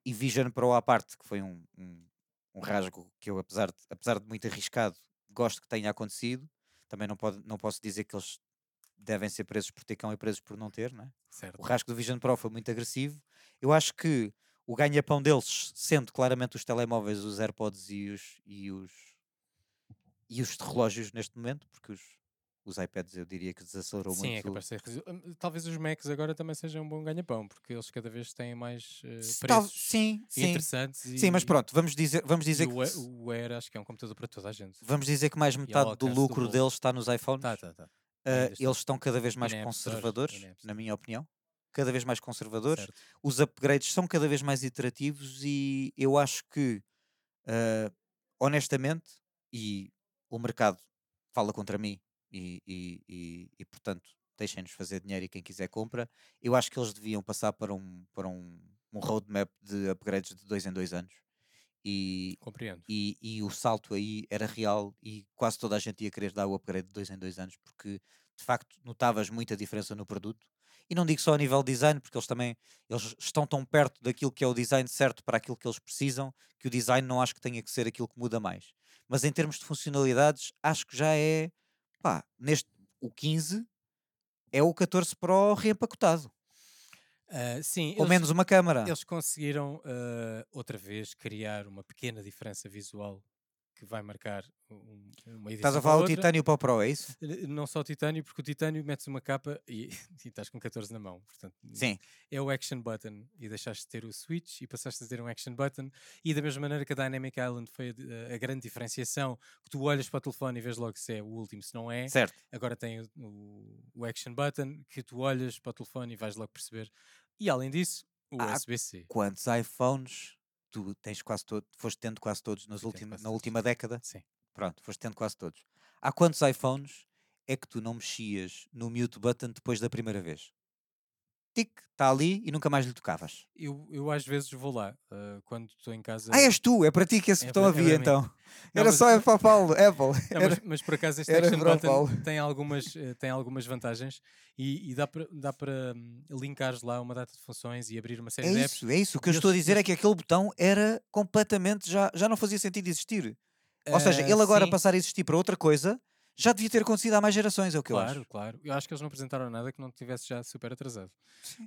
B: e Vision Pro à parte, que foi um, um, um rasgo que eu, apesar de, apesar de muito arriscado, gosto que tenha acontecido. Também não, pode, não posso dizer que eles devem ser presos por ter cão e presos por não ter, não é?
A: Certo.
B: O rasgo do Vision Pro foi muito agressivo. Eu acho que o ganha-pão deles, sendo claramente os telemóveis, os AirPods e os. E os e os de relógios neste momento, porque os, os iPads eu diria que desacelerou
A: Sim,
B: muito.
A: é capaz de ser. resi- Hum, Talvez os Macs agora também sejam um bom ganha-pão, porque eles cada vez têm mais eh,
B: Se tal-
A: preços
B: sim, sim.
A: interessantes. E,
B: Sim, mas pronto, vamos dizer, vamos
A: e
B: dizer que
A: o, Air- o Air acho que é um computador para toda a gente.
B: vamos dizer que mais metade do
A: alcance do
B: lucro
A: bolso.
B: deles está nos iPhones.
A: Tá, tá, tá.
B: Ah,
A: ainda está.
B: eles estão cada vez mais
A: na App Store,
B: conservadores,
A: é e na App Store.
B: na minha opinião. Cada vez mais conservadores.
A: certo.
B: Os upgrades são cada vez mais iterativos e eu acho que, ah, honestamente, e o mercado fala contra mim e, e- e- e, portanto, deixem-nos fazer dinheiro e quem quiser compra. Eu acho que eles deviam passar para um, para um, um roadmap de upgrades de dois em dois anos. E,
A: Compreendo.
B: e, e o salto aí era real e quase toda a gente ia querer dar o upgrade de dois em dois anos porque de facto notavas muita diferença no produto e não digo só a nível design porque eles também eles estão tão perto daquilo que é o design certo para aquilo que eles precisam que o design não acho que tenha que ser aquilo que muda mais mas em termos de funcionalidades acho que já é pá, neste o 15 é o 14 Pro reempacotado
A: Ah, sim,
B: com
A: eles,
B: menos uma câmara
A: eles conseguiram ah, outra vez criar uma pequena diferença visual que vai marcar um, uma edição.
B: estás a
A: da
B: falar o
A: outra.
B: titânio para o Pro é isso?
A: Eh, Não só o titânio, porque o titânio metes uma capa e, e estás com 14 na mão. Portanto,
B: sim
A: é o action button e deixaste de ter o switch e passaste a ter um action button e da mesma maneira que a Dynamic Island foi a, de- a grande diferenciação que tu olhas para o telefone e vês logo se é o último, se não é
B: certo
A: agora tem o, o- o action button que tu olhas para o telefone e vais logo perceber e além disso, o
B: Ah,
A: USB-C
B: quantos iPhones tu tens quase todos, foste tendo quase todos nas
A: Fui tendo
B: ultima-
A: quase
B: na
A: todos.
B: última década?
A: Sim.
B: Pronto, foste tendo quase todos. Há quantos iPhones é que tu não mexias no mute button depois da primeira vez? Tic, está ali e nunca mais lhe tocavas.
A: eu, eu às vezes vou lá ah, quando estou em casa
B: Ah, és tu, é para ti que esse
A: É
B: botão
A: para- é para
B: havia
A: mim.
B: então.
A: Não,
B: Era
A: mas-
B: só é para Paulo, Apple.
A: Não,
B: Era-
A: mas, mas por acaso este
B: era
A: Action
B: para o
A: Button
B: Paulo.
A: tem algumas, eh, tem algumas vantagens e, e dá para dá para, hum, linkares lá uma data de funções e abrir uma série
B: É
A: de apps.
B: isso, é isso. O que eu
A: eles-
B: estou a dizer
A: eles-
B: é que aquele botão era completamente já, já não fazia sentido existir. Ou seja,
A: Ah,
B: ele agora
A: sim,
B: passar a existir para outra coisa já devia ter acontecido há mais gerações, é o que eu
A: Claro,
B: acho.
A: claro. Eu acho que eles não apresentaram nada que não tivesse já super atrasado.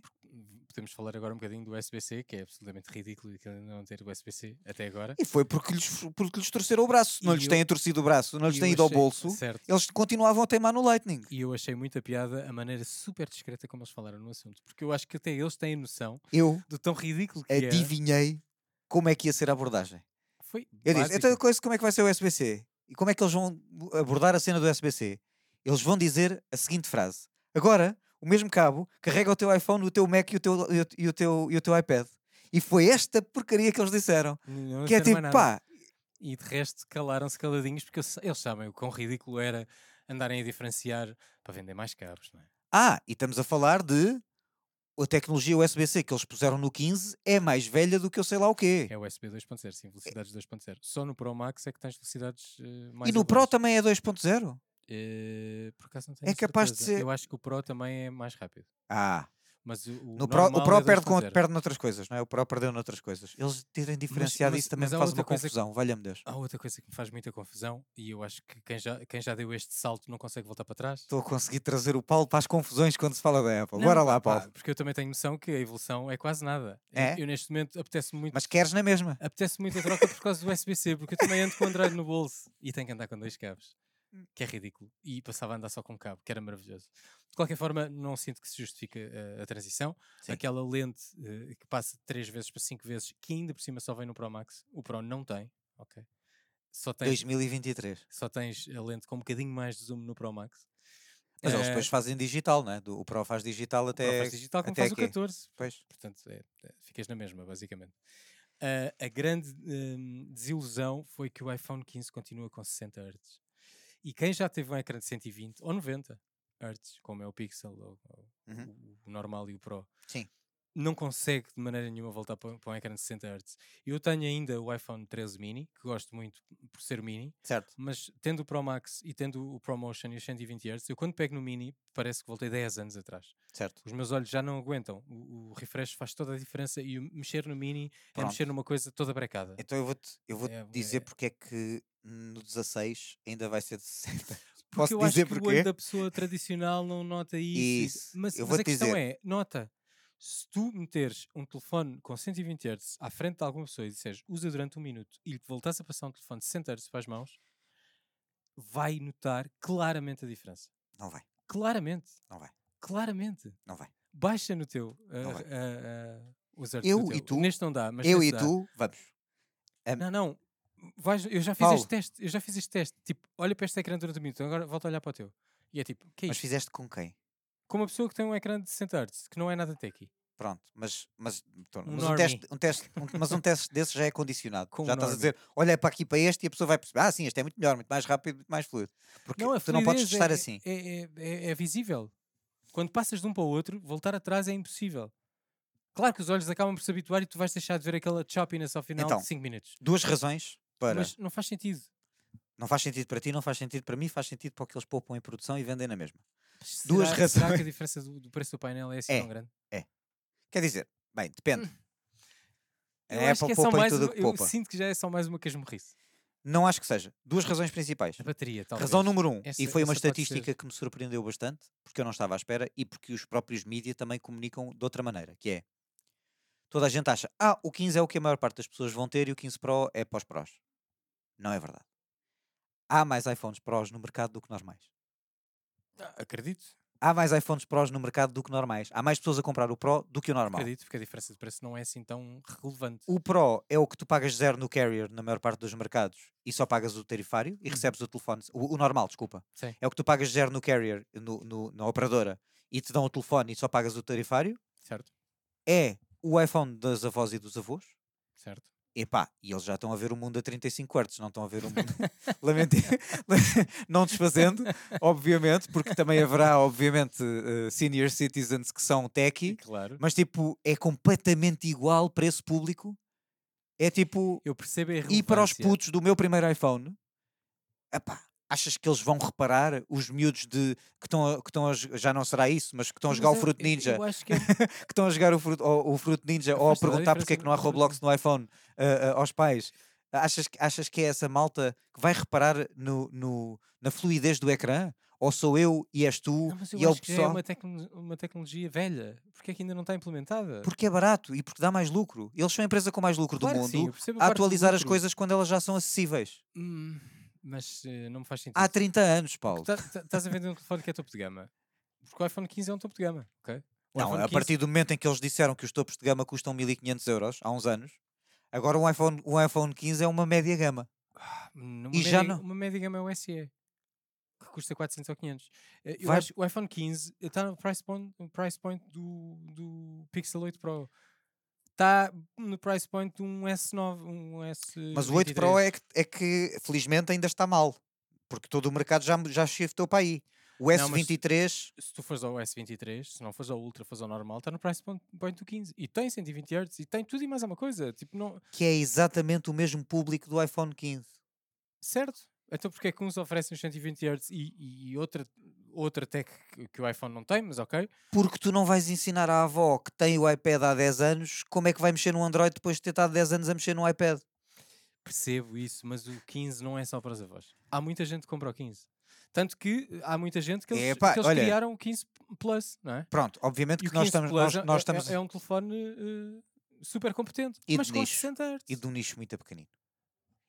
A: Porque, hum, Podemos falar agora um bocadinho do USB-C, que é absolutamente ridículo e que ainda não ter USB-C até agora.
B: E foi porque lhes, porque lhes torceram o braço. Não
A: E
B: lhes
A: eu-
B: têm torcido o braço, não lhes
A: E
B: têm
A: eu
B: ido ao
A: achei- assim.
B: bolso.
A: Certo.
B: Eles continuavam a teimar no Lightning.
A: E eu achei muita piada a maneira super discreta como eles falaram no assunto. Porque eu acho que até eles têm noção
B: Eu
A: do tão ridículo que é.
B: adivinhei como é que ia ser a abordagem.
A: Foi
B: Eu disse,
A: básica.
B: então coisa, como é que vai ser o USB-C? E como é que eles vão abordar a cena do USB-C? Eles vão dizer a seguinte frase. Agora, o mesmo cabo carrega o teu iPhone, o teu Mac e o teu, e o, e o teu, e o teu iPad. E foi esta porcaria que eles disseram.
A: Não
B: que é
A: disseram
B: tipo,
A: mais nada.
B: pá,
A: E de resto calaram-se caladinhos porque eu sa- eles sabem o quão ridículo era andarem a diferenciar para vender mais cabos, não é?
B: Ah, e estamos a falar de a tecnologia USB-C que eles puseram no 15 é mais velha do que eu sei lá o quê.
A: É USB 2.0, sim, velocidades 2.0. Só no Pro Max é que tens velocidades eh, mais
B: e no
A: elevadas.
B: Pro também é 2.0?
A: Eh, por acaso não tenho
B: é capaz de
A: certeza.
B: ser-
A: Eu acho que o Pro também é mais rápido.
B: Ah,
A: Mas o, o
B: no Pro, o
A: normal
B: Pro
A: é
B: perde, com,
A: 2.0.
B: perde noutras coisas, não é? O Pro perdeu noutras coisas. Eles terem diferenciado
A: mas-
B: isso também
A: mas
B: me
A: há
B: faz
A: outra
B: uma
A: coisa que-
B: confusão, valha-me Deus.
A: Há outra coisa que me faz muita confusão e eu acho que quem já, quem já deu este salto não consegue voltar para trás.
B: Estou a conseguir trazer o Paulo para as confusões quando se fala da Apple.
A: Não,
B: Bora
A: pá,
B: lá,
A: pá,
B: Paulo.
A: Porque eu também tenho noção que a evolução é quase nada. Eu-
B: É?
A: Eu, neste momento apetece-me muito
B: Mas queres na mesma?
A: Apetece muito a troca por causa do USB-C, porque eu também ando com o Android no bolso e tenho que andar com dois cabos,
B: Hum.
A: que é ridículo. E passava a andar só com um cabo, que era maravilhoso. De qualquer forma, não sinto que se justifique eh, a, transição.
B: Sim.
A: Aquela lente eh, que passa de 3 vezes para 5 vezes, que ainda por cima só vem no Pro Max, o Pro não tem, ok? Só tens,
B: 2023.
A: só tens a lente com um bocadinho mais de zoom no Pro Max.
B: Mas eles
A: Eh,
B: depois fazem digital, não é? Do- O Pro faz digital
A: o Pro
B: até.
A: faz digital como
B: até
A: faz o
B: aqui.
A: 14,
B: Pois.
A: portanto, é, é, ficas na mesma, basicamente. Ah, a grande hum, desilusão foi que o iPhone 15 continua com 60 Hz. E quem já teve um ecrã de 120 ou 90 Hz, como é o Pixel, ou, ou
B: Uhum.
A: o- o normal e o Pro,
B: Sim.
A: não consegue de maneira nenhuma voltar para, um- para um ecrã de 60 Hz. Eu tenho ainda o iPhone 13 mini, que gosto muito por ser mini,
B: Certo.
A: mas tendo o Pro Max e tendo o ProMotion e os 120 Hz, eu quando pego no mini, parece que voltei 10 anos atrás
B: Certo.
A: os meus olhos já não aguentam. O, o refresh faz toda a diferença e o mexer no mini é
B: Pronto.
A: mexer numa coisa toda brecada.
B: Então eu vou-te eu vou
A: É,
B: dizer
A: é.
B: porque é que no 16 ainda vai ser de 60.
A: Porque
B: Posso
A: eu
B: dizer
A: acho que o
B: porquê?
A: olho da pessoa tradicional não nota isso. e isso.
B: Isso,
A: Mas,
B: eu
A: mas
B: vou-te
A: a questão
B: dizer.
A: é, nota, se tu meteres um telefone com 120 Hz à frente de alguma pessoa e disseres usa durante um minuto e lhe voltares a passar um telefone de 60 Hz para as mãos, vai notar claramente a diferença.
B: Não vai,
A: Claramente.
B: Não vai.
A: Claramente.
B: não vai.
A: Baixa no teu. ah,
B: Não vai.
A: ah, ah, os artes
B: Eu
A: do teu.
B: e tu-
A: Neste não dá, mas
B: eu
A: nesse
B: e
A: dá.
B: tu, vamos.
A: Não, não. Vais- eu já fiz
B: Paulo.
A: este teste. Eu já fiz este teste. Tipo, olha para este ecrã durante um minuto, agora volta a olhar para o teu. E é tipo, que é
B: Mas
A: isto?
B: fizeste com quem?
A: Com uma pessoa que tem um ecrã de 60 Hz, que não é nada techy.
B: Pronto, mas, mas, tô-
A: Um
B: mas um,
A: normie.
B: teste, um teste, um- mas um teste desse já é condicionado.
A: Com um
B: já estás a
A: normie.
B: dizer, olha para aqui para este e a pessoa vai perceber, ah, sim, este é muito melhor, muito mais rápido, muito mais fluido. Porque
A: Não, a
B: tu não podes
A: fluidez
B: testar
A: é-
B: assim.
A: É, é- é- é visível. Quando passas de um para o outro, voltar atrás é impossível. Claro que os olhos acabam por se habituar e tu vais deixar de ver aquela choppiness ao final
B: Então,
A: de 5 minutos.
B: Duas razões para.
A: Mas não faz sentido.
B: Não faz sentido para ti, não faz sentido para mim, faz sentido para o que eles poupam em produção e vendem na mesma.
A: Será-
B: Duas
A: Será que
B: razões.
A: a diferença do, do preço do painel é assim
B: É.
A: tão grande?
B: Quer dizer, bem, depende.
A: Hum. Eu
B: A
A: acho que
B: Apple
A: é só
B: poupa em
A: mais
B: tudo o
A: uma-
B: que poupa.
A: Eu sinto que já é só mais uma casmurrice.
B: Não acho que seja. Duas razões principais.
A: A bateria, É talvez.
B: Razão número um,
A: Essa-
B: e foi uma
A: essa pode ser.
B: estatística que me surpreendeu bastante, porque eu não estava à espera e porque os próprios mídia também comunicam de outra maneira, que é toda a gente acha, ah, o 15 é o que a maior parte das pessoas vão ter e o 15 Pro é para os prós. Não é verdade. Há mais iPhones Pros no mercado do que normais.
A: Ah, Acredito.
B: Há mais iPhones Pros no mercado do que normais. Há mais pessoas a comprar o Pro do que o normal.
A: Acredito, porque a diferença de preço não é assim tão relevante.
B: O Pro é o que tu pagas zero no carrier na maior parte dos mercados e só pagas o tarifário e recebes o telefone, o, o normal, desculpa.
A: Sim.
B: É o que tu pagas zero no carrier, no, no- na operadora, e te dão o telefone e só pagas o tarifário.
A: Certo,
B: É o iPhone das avós e dos avós.
A: certo.
B: Epá, e eles já estão a ver o mundo a 35 hertz, não estão a ver o mundo. Lamento, não desfazendo, obviamente, porque também haverá, obviamente, eh, senior citizens que são
A: E
B: techie,
A: claro.
B: mas tipo, é completamente igual preço público. É tipo,
A: Eu percebo a
B: e para os
A: irrelevância.
B: putos do meu primeiro iPhone, epá, achas que eles vão reparar os miúdos de que estão a- que estão a j- já não será isso, mas que estão a
A: Mas
B: jogar o
A: eu-
B: Fruit
A: eu-
B: Ninja,
A: Eu acho que é
B: que estão a jogar o Fruit, o, o Fruit Ninja
A: Mas
B: ou a
A: faz toda a
B: perguntar porque é
A: diferença
B: que não há
A: no Fruit
B: Roblox no iPhone ah, ah, aos pais? Achas, que- achas que é essa malta que vai reparar no, no- na fluidez do ecrã? Ou sou eu e és tu
A: Não, mas eu
B: e é o
A: acho que já é
B: pessoal?
A: uma, tecno- uma tecnologia velha. Porque é que ainda não está implementada?
B: Porque é barato e porque dá mais lucro. Eles são a empresa com mais lucro
A: Claro
B: do
A: que sim, eu
B: mundo
A: percebo
B: a
A: parte do
B: atualizar as
A: lucro.
B: coisas quando elas já são acessíveis.
A: Hum, mas eh, não me faz sentido.
B: Há 30 anos, Paulo.
A: Tá- tá- Estás a vender um telefone que é topo de gama. Porque o iPhone 15 é um topo de gama, ok? O
B: Não,
A: iPhone
B: a
A: 15
B: partir do momento em que eles disseram que os topos de gama custam 1500 euros, há uns anos, agora um iPhone, um iPhone 15 é uma média gama.
A: Numa
B: E
A: média,
B: já não-
A: Uma média gama é o SE, que custa 400 ou 500. Eh, Eu
B: Vai-
A: acho que o iPhone 15 está no price point, no price point do, do Pixel 8 Pro. Está no price point de um S9, um S...
B: Mas o 8 Pro é que, é que, felizmente, ainda está mal. Porque todo o mercado já, já shiftou para aí. O
A: Não, mas-
B: S23,
A: Se tu fores ao S23, se não fores ao Ultra, fores ao normal, está no price point, point do 15. E tem 120 Hz, e tem tudo e mais alguma coisa. Tipo, não...
B: que é exatamente o mesmo público do iPhone 15.
A: Certo. Então porque é que uns oferecem os 120 Hz e, e outra, outra tech que, que o iPhone não tem, mas ok.
B: Porque tu não vais ensinar à avó que tem o iPad há 10 anos como é que vai mexer no Android depois de ter estado 10 anos a mexer no iPad.
A: Percebo isso, mas o 15 não é só para os avós. Há muita gente que compra o 15. Tanto que eh, há muita gente que eles,
B: Epá,
A: que eles
B: olha.
A: criaram o 15 Plus, não é?
B: Pronone, obviamente
A: E o
B: que nós
A: 15
B: estamos,
A: Plus
B: nós,
A: é-
B: nós
A: é-
B: estamos
A: é, um telefone eh, super competente,
B: E de
A: mas com
B: nicho,
A: 60 Hz.
B: e de um nicho muito pequenino.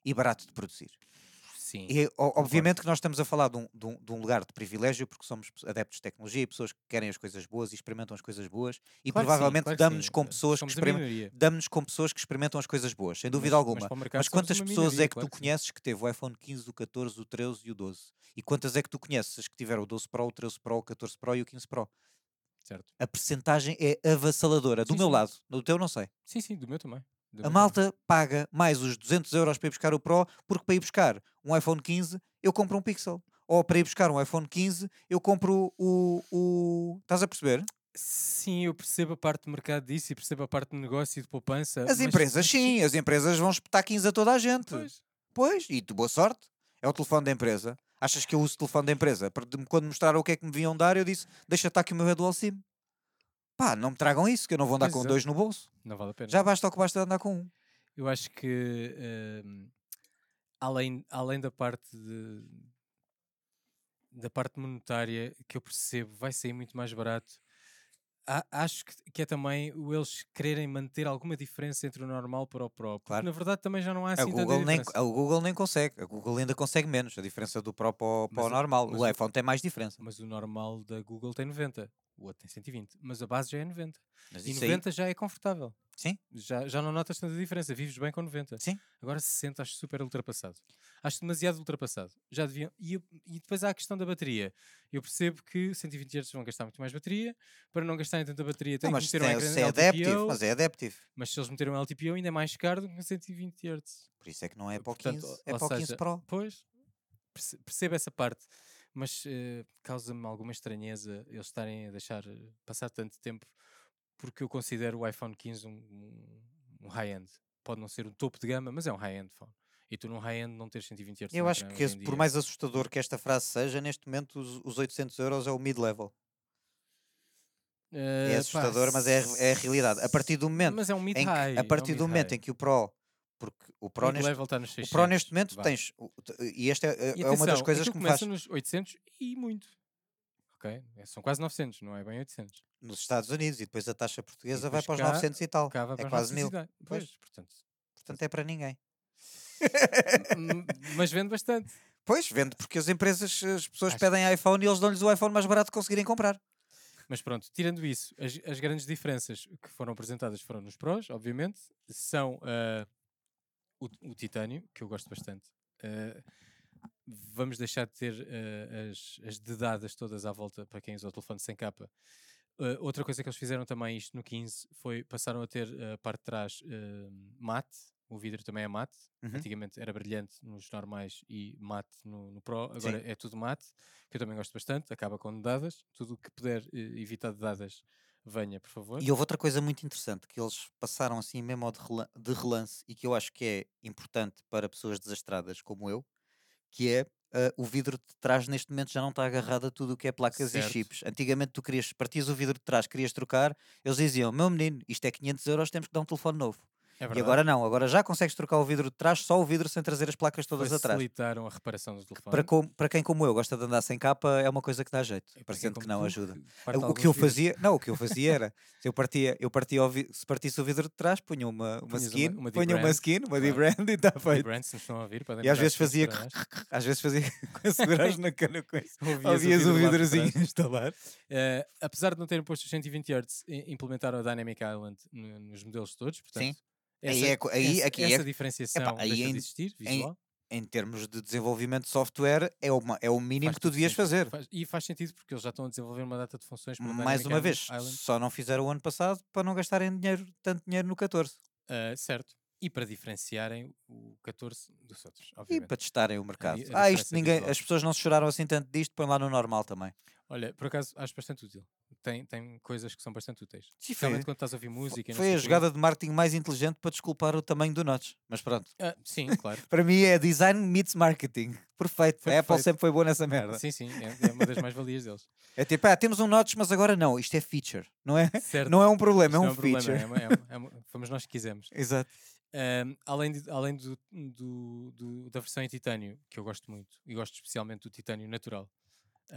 B: E barato de produzir.
A: Sim,
B: E, o- obviamente que nós estamos a falar de um, de um- de um lugar de privilégio, porque somos pe- adeptos de tecnologia e pessoas que querem as coisas boas e experimentam as coisas boas, e
A: Claro que sim,
B: provavelmente
A: claro que
B: damos-nos
A: sim.
B: com
A: Eh,
B: pessoas
A: somos a
B: que experimentam.
A: minoria.
B: Damos-nos com pessoas que experimentam as coisas boas, sem dúvida
A: Mas-
B: alguma.
A: mas
B: Mas,
A: para o mercado somos
B: quantas
A: uma
B: pessoas
A: minoria,
B: é que
A: claro
B: tu
A: que sim.
B: conheces que teve o iPhone 15, o 14, o 13 e o 12? E quantas é que tu conheces as que tiveram o 12 Pro, o 13 Pro, o 14 Pro e o 15 Pro?
A: certo.
B: A percentagem é avassaladora. Do
A: Sim,
B: meu
A: sim.
B: lado, do teu não sei.
A: Sim, sim, do meu também. Do meu
B: A
A: também.
B: malta paga mais os 200 euros para ir buscar o Pro, porque para ir buscar um iPhone 15 eu compro um Pixel. Ou para ir buscar um iPhone 15 eu compro o. o... Estás a perceber?
A: Sim, eu percebo a parte do mercado disso e percebo a parte do negócio e de poupança.
B: As
A: mas-
B: empresas, sim, as empresas vão espetar 15 a toda a gente. Pois,
A: Pois,
B: e de boa sorte. É o telefone da empresa. Achas que eu uso o telefone da empresa? Porque de- Quando mostraram o que é que me vinham dar, eu disse: deixa estar aqui o meu Dual SIM. Pá, não me tragam isso, que eu não vou andar
A: Pois,
B: com
A: exato.
B: dois no bolso.
A: não vale a pena.
B: Já basta o que basta de andar com um.
A: Eu acho que hum, além, além da parte de- da parte monetária que eu percebo vai sair muito mais barato. a- acho que, que é também o eles quererem manter alguma diferença entre o normal para o próprio. Porque,
B: Claro.
A: Na verdade, também já não há assim
B: A
A: tanta
B: É, Google, nem,
A: diferença.
B: a Google nem consegue, a Google ainda consegue menos, a diferença do Pro para o, para o
A: Mas o-
B: normal.
A: mas
B: é O
A: o-
B: iPhone tem mais diferença.
A: Mas o normal da Google tem 90, o outro tem 120, mas a base já é 90.
B: Mas
A: E
B: isso aí,
A: 90 já é confortável.
B: Sim.
A: Já, já não notas tanta diferença, vives bem com 90.
B: Sim.
A: Agora 60 acho super ultrapassado. Acho demasiado ultrapassado. Já deviam. E, eu- e depois há a questão da bateria. Eu percebo que 120 Hz vão gastar muito mais bateria. Para não gastarem tanta bateria,
B: não,
A: tem que
B: mas
A: meter um
B: tem-
A: ecrã
B: se é
A: LTPO,
B: adaptivo, mas é adaptivo.
A: mas se eles meteram um LTPO ainda é mais caro do que um 120 Hz.
B: Por isso é que não é para o
A: Portanto,
B: 15,
A: ou
B: é para o 15
A: seja,
B: Pro.
A: Pois, perce- percebo essa parte, mas eh, causa-me alguma estranheza eles estarem a deixar eh, passar tanto tempo, porque eu considero o iPhone 15 um, um- um high-end. Pode não ser um topo de gama, mas é um high-end phone. E tu num high-end não é tens 120 Hz.
B: Eu acho que, esse- por mais assustador que esta frase seja, neste momento os, os 800 euros é o mid-level. É assustador, mas é, a- é a realidade. A partir do momento,
A: Eh, Mas é um
B: em que,
A: mid-high.
B: a partir do momento em que o Pro, porque
A: é
B: o Pro, neste,
A: level está nos 600,
B: o Pro neste momento
A: vá.
B: tens, o- t- e esta é, é
A: E
B: uma das
A: atenção,
B: coisas
A: aquilo
B: que me faz,
A: começa nos 800 e muito. Ok? É, São quase 900, não é bem 800.
B: nos Estados Unidos, e depois a taxa portuguesa vai
A: depois
B: para os
A: cá-
B: 900 e tal,
A: Cá vai
B: é
A: para os
B: quase 1000,
A: 900 e tal. Pois, portanto.
B: portanto é para ninguém.
A: M- hum, mas vende bastante.
B: Pois, vende porque as empresas, as pessoas
A: Acho-
B: pedem iPhone e eles dão-lhes o iPhone mais barato que conseguirem comprar.
A: Mas pronto, tirando isso, as, as grandes diferenças que foram apresentadas foram nos prós, obviamente, são ah, o, o titânio, que eu gosto bastante. Ah, vamos deixar de ter ah, as, as dedadas todas à volta para quem usa o telefone sem capa. Ah, outra coisa que eles fizeram também, isto no 15, foi passaram a ter a parte de trás ah, mate, o vidro também é mate,
B: Uhum.
A: antigamente era brilhante nos normais e mate no, no Pro,
B: Sim.
A: agora é tudo mate, que eu também gosto bastante, acaba com dadas, tudo o que puder eh, evitar dadas, venha, por favor.
B: E houve outra coisa muito interessante que eles passaram assim mesmo ao de relan- de relance e que eu acho que é importante para pessoas desastradas como eu, que é ah, o vidro de trás neste momento já não está agarrado a tudo o que é placas
A: Certo.
B: e chips. Antigamente tu querias, partias o vidro de trás, querias trocar, eles diziam, meu menino, isto é 500 euros, temos que dar um telefone novo.
A: É
B: E agora não, agora já consegues trocar o vidro de trás, só o vidro sem trazer as placas todas atrás.
A: facilitaram a reparação do telefone.
B: Para, com- para quem como eu gosta de andar sem capa, é uma coisa que dá jeito,
A: E para quem
B: parecendo
A: como
B: que não
A: tu,
B: ajuda. Ah,
A: parte
B: O que
A: alguns
B: eu
A: vidros,
B: fazia, não, o que eu fazia era, se eu partia, eu partia ao vi- se partisse o vidro de trás, punha uma, uma
A: Punhas uma-
B: skin,
A: uma
B: punha uma
A: D-brand,
B: skin, uma
A: claro.
B: D-brand e está
A: e
B: feito.
A: brands, se nos estão a ouvir, podem
B: E às
A: parar
B: vezes
A: de nos
B: fazia,
A: parar.
B: às vezes fazia com a segurança na cana com isso.
A: Ouvias
B: Ouvias o
A: vidro lá por trás.
B: vidrozinho a instalar.
A: Eh, apesar de não terem posto os 120 Hz, i- implementaram a Dynamic Island no- nos modelos todos, portanto.
B: Aí é co- aí-
A: essa,
B: aqui é-
A: essa
B: epá,
A: diferenciação
B: aí
A: deixa de
B: ainda-
A: existir,
B: aí-
A: visual.
B: Em termos de desenvolvimento de software, é, uma, é o mínimo
A: faz
B: que tu
A: todo
B: devias
A: sentido.
B: fazer.
A: Faz- e faz sentido porque eles já estão a desenvolver uma data de funções para o
B: Mais
A: Dynamic
B: uma
A: Island-
B: vez,
A: Island.
B: só não fizeram o ano passado para não gastarem dinheiro, tanto dinheiro no 14.
A: Ah, certo. E para diferenciarem o 14 dos outros,
B: E
A: obviamente.
B: para testarem o mercado.
A: a
B: Ah,
A: diferença
B: isto ninguém,
A: visual.
B: as pessoas não se choraram assim tanto disto, põe lá no normal também.
A: Olha, por acaso acho bastante útil. Tem, tem coisas que são bastante úteis.
B: Sim, foi-
A: Especialmente quando estás a ouvir música. e não
B: Foi
A: sei
B: a
A: o quê.
B: jogada de marketing mais inteligente para desculpar o tamanho do notch. Mas pronto.
A: Ah, sim, claro.
B: Para mim é design meets marketing. Perfeito.
A: Foi
B: a Apple
A: perfeito.
B: sempre foi boa nessa merda.
A: sim, sim. É, é uma das mais-valias deles.
B: É tipo, ah, temos um notch, mas agora não. Isto é feature. Não é,
A: Certo.
B: não é um
A: isto
B: problema, é
A: não
B: um,
A: problema,
B: feature.
A: é uma- é uma- é uma- fomos nós que quisemos.
B: Exato.
A: Ahm, além de- além do, do- do- da versão em titânio, que eu gosto muito, e gosto especialmente do titânio natural.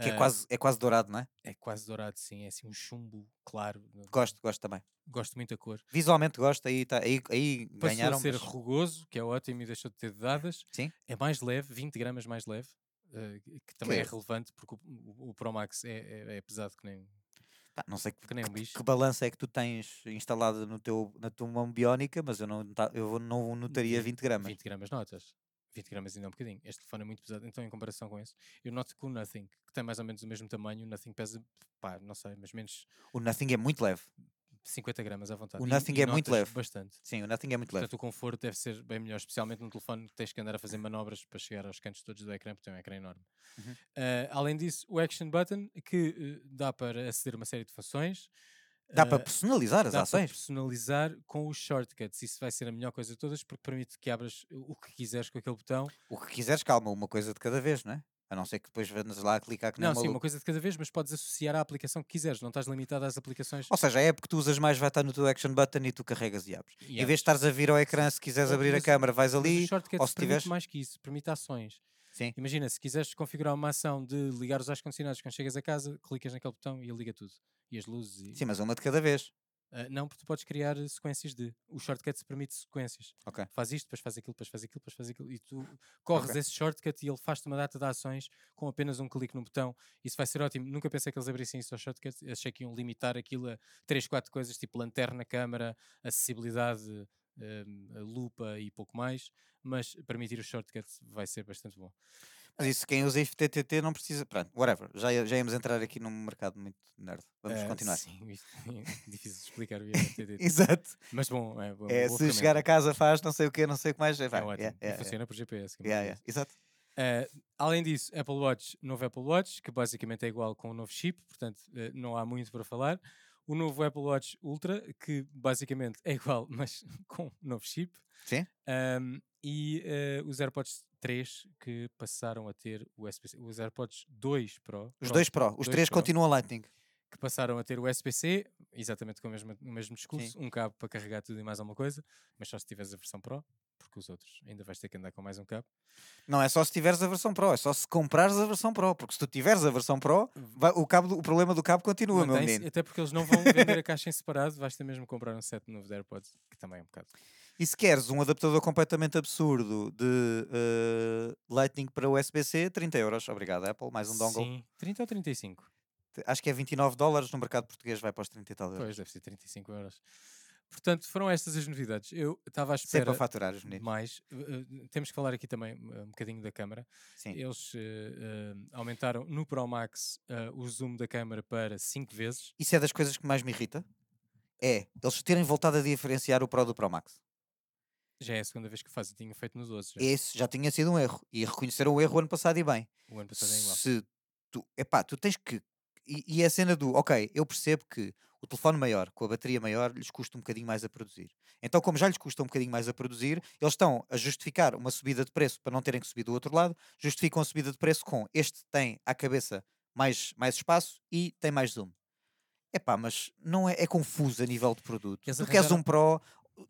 B: Que é
A: Ah,
B: quase, é quase dourado, não é?
A: é quase dourado, sim. É assim um chumbo claro.
B: Gosto, gosto também.
A: Gosto muito da cor.
B: Visualmente gosto, aí, tá, aí, aí
A: Passou
B: ganharam.
A: a ser
B: mas-
A: rugoso, que é ótimo e deixou de ter dadas.
B: Sim.
A: É mais leve, 20 gramas mais leve, eh, que também é
B: Que-
A: relevante porque o, o, o Pro Max é, é- é pesado que nem.
B: Pá, não sei que,
A: que nem um
B: que-
A: bicho.
B: que balança é que tu tens instalada no teu, na tua mão biónica, mas eu não, nota- eu não notaria 20 gramas.
A: 20 gramas notas. 20 gramas ainda é um bocadinho. Este telefone é muito pesado, então em comparação com esse, eu noto que o Nothing, que tem mais ou menos o mesmo tamanho, o Nothing pesa, pá, não sei, mas menos
B: O nothing é muito leve.
A: 50 gramas à vontade.
B: O Nothing é muito
A: notas
B: leve.
A: Bastante.
B: Sim, o nothing é muito leve.
A: Portanto, o conforto deve ser bem melhor, especialmente num telefone que tens que andar a fazer manobras para chegar aos cantos todos do ecrã, porque tem um ecrã enorme.
B: Uhum.
A: Ah, além disso, o Action Button, que eh, dá para aceder a uma série de funções.
B: eh, Dá
A: ah,
B: para personalizar as
A: dá para
B: ações.
A: personalizar com os shortcuts. Isso vai ser a melhor coisa de todas, porque permite que abras o que quiseres com aquele botão.
B: O que quiseres, calma, uma coisa de cada vez, não é? A não ser que depois vendas lá a clicar que nem
A: Não,
B: não, é
A: sim,
B: maluco.
A: uma coisa de cada vez, mas podes associar à aplicação que quiseres. Não estás limitado às aplicações.
B: Ou seja, a app que tu usas mais vai estar no teu action button e tu carregas e abres.
A: e
B: Em vez de estares a vir ao ecrã, se quiseres
A: Oh,
B: abrir a
A: mas-
B: câmera, vais
A: Mas os
B: ali.
A: shortcuts
B: ou se
A: permite
B: tiveres-
A: mais que isso, permite ações.
B: Sim.
A: Imagina, se quiseres configurar uma ação de ligar os ar-condicionados quando chegas a casa, clicas naquele botão e ele liga tudo. E as luzes e...
B: Sim, mas uma de cada vez.
A: Ah, não, porque tu podes criar eh, sequências de... O shortcut permite sequências.
B: Ok.
A: Faz isto, depois faz aquilo, depois faz aquilo, depois faz aquilo. E tu corres
B: Ok.
A: esse shortcut e ele faz-te uma data de ações com apenas um clique no botão. Isso vai ser ótimo. Nunca pensei que eles abrissem isso aos shortcuts. Achei que iam limitar aquilo a 3, 4 coisas, tipo lanterna, câmara, acessibilidade, eh, lupa e pouco mais. Mas permitir os shortcuts vai ser bastante bom.
B: Mas isso, quem usa FTTT não precisa. Pronto, whatever. Já, já íamos entrar aqui num mercado muito nerd. Vamos
A: Eh,
B: continuar.
A: Sim, isto é difícil de explicar via TTT.
B: Exato.
A: Mas bom, é, uma
B: É,
A: boa
B: se chegar a
A: ferramenta.
B: casa faz não sei o quê, não sei o que mais. É, vai.
A: é ótimo.
B: Yeah,
A: e
B: yeah,
A: funciona por GPS. que é
B: yeah, yeah,
A: maravilhoso.
B: yeah. Exato.
A: Eh, além disso, Apple Watch, novo Apple Watch, que basicamente é igual com o novo chip, portanto eh, não há muito para falar. O novo Apple Watch Ultra, que basicamente é igual, mas com um novo chip.
B: Sim.
A: Ahm, e eh, os AirPods 3, que passaram a ter USB-C. Os AirPods 2 Pro.
B: Os
A: Pro,
B: dois Pro. Os
A: dois
B: três
A: Pro.
B: continuam Lightning.
A: que passaram a ter USB-C, exatamente com o mesmo, o mesmo discurso, um cabo para carregar tudo e mais alguma coisa, mas só se tiveres a versão Pro, porque os outros ainda vais ter que andar com mais um cabo.
B: Não é só se tiveres a versão Pro, é só se comprares a versão Pro, porque se tu tiveres a versão Pro, vai- o, cabo do- o problema do cabo continua, meu
A: Mantém-se,
B: menino.
A: Até porque eles não vão vender a caixa em separado, vais ter mesmo que comprar um set novo de AirPods, que também é um bocado.
B: E se queres um adaptador completamente absurdo de eh, Lightning para USB-C, 30 euros. Obrigado, Apple. Mais um dongle.
A: Sim, 30 ou 35?
B: Te- Acho que é 29 dólares no mercado português, vai para os 30 e tal euros.
A: Pois, deve ser 35 euros. Portanto, foram estas as novidades. Eu estava à
B: Sempre
A: espera
B: a é faturar os meninos.
A: mais. Eh, eh, temos que falar aqui também eh, um bocadinho da câmara.
B: Sim.
A: Eles eh, eh, aumentaram no Pro Max eh, o zoom da câmara para 5 vezes.
B: Isso é das coisas que mais me irrita. É, eles terem voltado a diferenciar o Pro do Pro Max.
A: Já é a segunda vez que fazem, tinha feito nos outros. Já.
B: Esse já tinha sido um erro. E reconheceram o erro ano passado e bem.
A: O ano passado é igual.
B: se tu, epá, tu tens que. E, e é a cena do, ok, eu percebo que o telefone maior, com a bateria maior, lhes custa um bocadinho mais a produzir. Então, como já lhes custa um bocadinho mais a produzir, eles estão a justificar uma subida de preço para não terem que subir do outro lado, justificam a subida de preço com este tem à cabeça mais, mais espaço e tem mais zoom. Epá, mas não é, é confuso a nível de produto.
A: Eles
B: tu queres
A: arranjaram-
B: um Pro